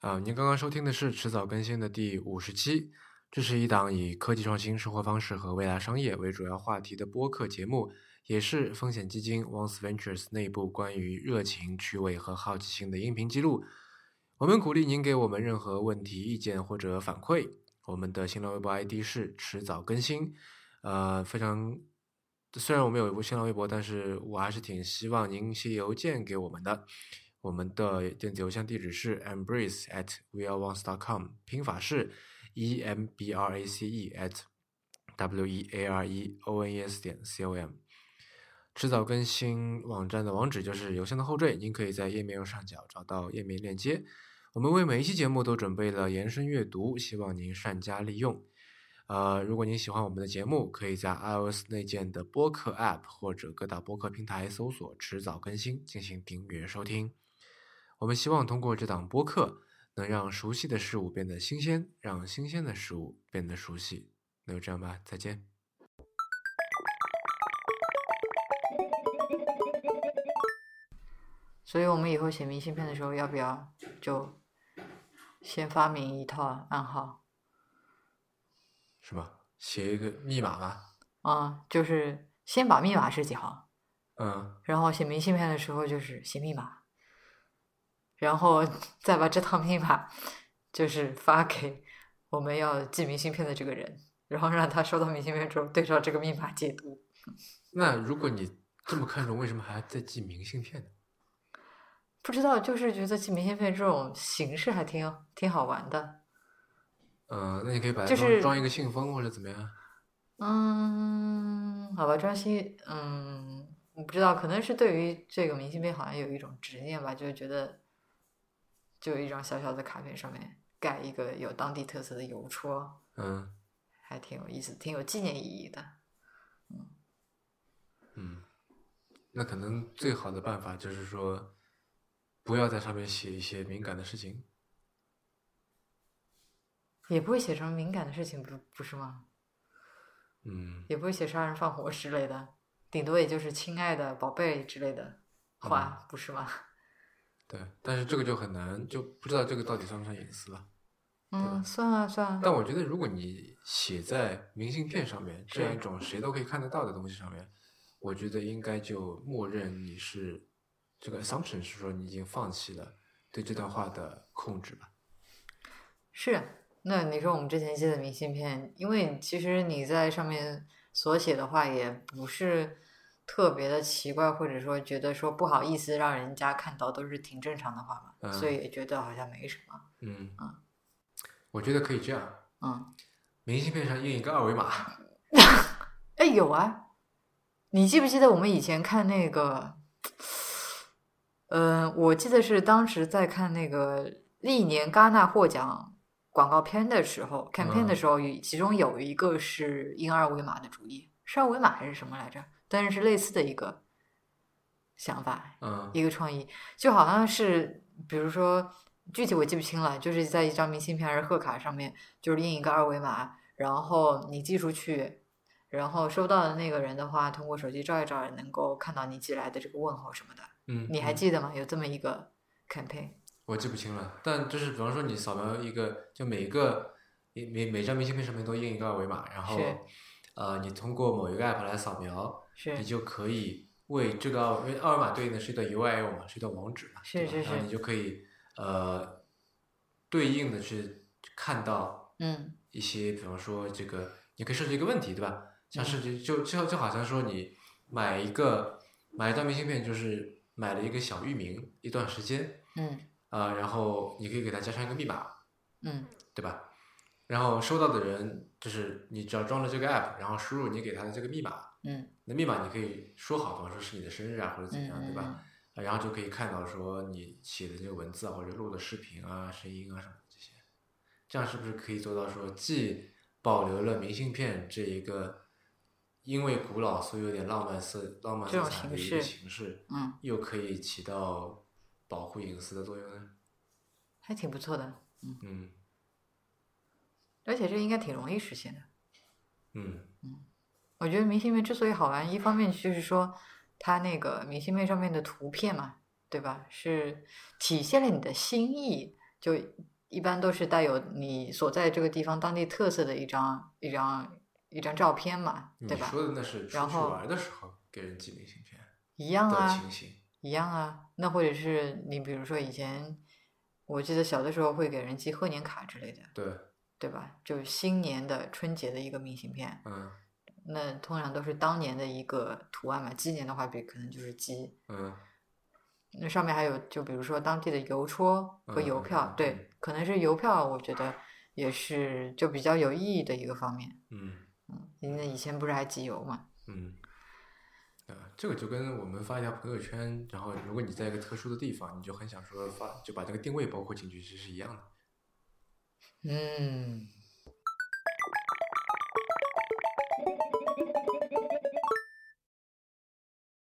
S1: 啊、您刚刚收听的是迟早更新的第五十期，这是一档以科技创新、生活方式和未来商业为主要话题的播客节目，也是风险基金 Once Ventures 内部关于热情、趣味和好奇心的音频记录。我们鼓励您给我们任何问题、意见或者反馈。我们的新浪微博 ID 是迟早更新。呃，非常，虽然我们有一部新浪微博，但是我还是挺希望您写邮件给我们的。我们的电子邮箱地址是 embrace at weareones.com，拼法是 e m b r a c e at w e a r e o n e s 点 c o m。迟早更新网站的网址就是邮箱的后缀，您可以在页面右上角找到页面链接。我们为每一期节目都准备了延伸阅读，希望您善加利用。呃，如果您喜欢我们的节目，可以在 iOS 内建的播客 App 或者各大播客平台搜索“迟早更新”进行订阅收听。我们希望通过这档播客，能让熟悉的事物变得新鲜，让新鲜的事物变得熟悉。那就这样吧，再见。
S2: 所以我们以后写明信片的时候，要不要就先发明一套暗号
S1: 什么？写一个密码吧。
S2: 啊、就是先把密码是几号，
S1: 嗯，
S2: 然后写明信片的时候就是写密码，然后 再把这套密码就是发给我们要寄明信片的这个人，然后让他收到明信片之后对照这个密码解读。
S1: 那如果你这么看重，为什么还在寄明信片呢？
S2: 不知道，就是觉得寄明信片这种形式还挺挺好玩的。
S1: 嗯、那你可以把它
S2: 就
S1: 装、
S2: 是
S1: 装一个信封或者怎么样？啊
S2: 嗯，好吧，专心，嗯，我不知道，可能是对于这个明信片好像有一种执念吧，就是觉得，就有一张小小的卡片上面盖一个有当地特色的邮戳，
S1: 嗯
S2: 还挺有意思，挺有纪念意义的。
S1: 嗯，那可能最好的办法就是说，不要在上面写一些敏感的事情。
S2: 也不会写什么敏感的事情，不不是吗？
S1: 嗯，
S2: 也不会写杀人放火之类的，顶多也就是亲爱的宝贝之类的
S1: 嗯
S2: 话，不是吗？
S1: 对，但是这个就很难，就不知道这个到底算不算隐私了。对吧
S2: 嗯，算啊算啊，
S1: 但我觉得，如果你写在明信片上面这样一种谁都可以看得到的东西上面，我觉得应该就默认你是这个 assumption 是说你已经放弃了对这段话的控制吧。
S2: 是，那你说我们之前写的明信片，因为其实你在上面所写的话也不是特别的奇怪，或者说觉得说不好意思让人家看到，都是挺正常的话嘛，
S1: 嗯
S2: 所以也觉得好像没什么。
S1: 嗯
S2: 啊，
S1: 我觉得可以这样，
S2: 嗯，
S1: 明信片上印一个二维码。
S2: 哎，有啊，你记不记得我们以前看那个？嗯、我记得是当时在看那个历年戛纳获奖广告片的时候，campaign 的
S1: 嗯
S2: 时候，其中有一个是印二维码的主意，是二维码还是什么来着？但是是类似的一个想法，
S1: 嗯
S2: 一个创意，就好像是比如说具体我记不清了，就是在一张明信片还是贺卡上面，就是印一个二维码，然后你寄出去，然后收到的那个人的话，通过手机照一照，能够看到你寄来的这个问候什么的。
S1: 嗯，
S2: 你还
S1: 嗯
S2: 记得吗？有这么一个 campaign，
S1: 我记不清了，但就是比方说你扫描一个，就每一个每每每张明信片上面都印一个二维码，然后
S2: 是
S1: 呃，你通过某一个 app 来扫描，
S2: 是
S1: 你就可以为这个二因为二维码对应的是一段 URL 嘛，是一段网址嘛，
S2: 是
S1: 对吧
S2: 是
S1: 然后
S2: 是
S1: 你就可以呃对应的去看到
S2: 嗯
S1: 一些，比方说这个你可以设置一个问题，对吧？像
S2: 嗯
S1: 设计就就就好像说你买一个买一张明信片，就是买了一个小域名一段时间。
S2: 嗯
S1: 啊、然后你可以给它加上一个密码，
S2: 嗯
S1: 对吧？然后收到的人就是你只要装了这个 app，然后输入你给他的这个密码，
S2: 嗯
S1: 那密码你可以说好，比方说是你的生日啊或者怎
S2: 嗯
S1: 样，对吧？啊然后就可以看到说你写的这个文字啊或者录的视频啊、声音啊什么这些，这样是不是可以做到说既保留了明信片这一个因为古老所以有点浪漫色浪漫
S2: 这
S1: 色
S2: 种
S1: 彩
S2: 形
S1: 的一个
S2: 式
S1: 形式，
S2: 嗯嗯，
S1: 又可以起到保护隐私的作用呢？
S2: 还挺不错的，
S1: 嗯。
S2: 而且这应该挺容易实现的。
S1: 嗯
S2: 我觉得明信片之所以好玩，一方面就是说它那个明信片上面的图片嘛，对吧？是体现了你的心意，就一般都是带有你所在这个地方当地特色的一张一张一张照片嘛，，
S1: 嗯你
S2: 对吧？
S1: 说的那是出
S2: 然
S1: 去
S2: 后
S1: 玩的时候给人寄明信片
S2: 一样
S1: 的
S2: 啊，
S1: 情形。
S2: 一样啊。那或者是你比如说以前，我记得小的时候会给人寄贺年卡之类的，
S1: 对，
S2: 对吧？就是新年的春节的一个明信片，
S1: 嗯
S2: 那通常都是当年的一个图案嘛。今年的话，比可能就是鸡。
S1: 嗯
S2: 那上面还有，就比如说当地的邮戳和邮票，
S1: 嗯嗯
S2: 对，可能是邮票，我觉得也是就比较有意义的一个方面。
S1: 嗯
S2: 那以前不是还集邮嘛？
S1: 嗯，啊，这个就跟我们发一条朋友圈，然后如果你在一个特殊的地方，你就很想说发，就把这个定位包括进去，其实是一样的。
S2: 嗯，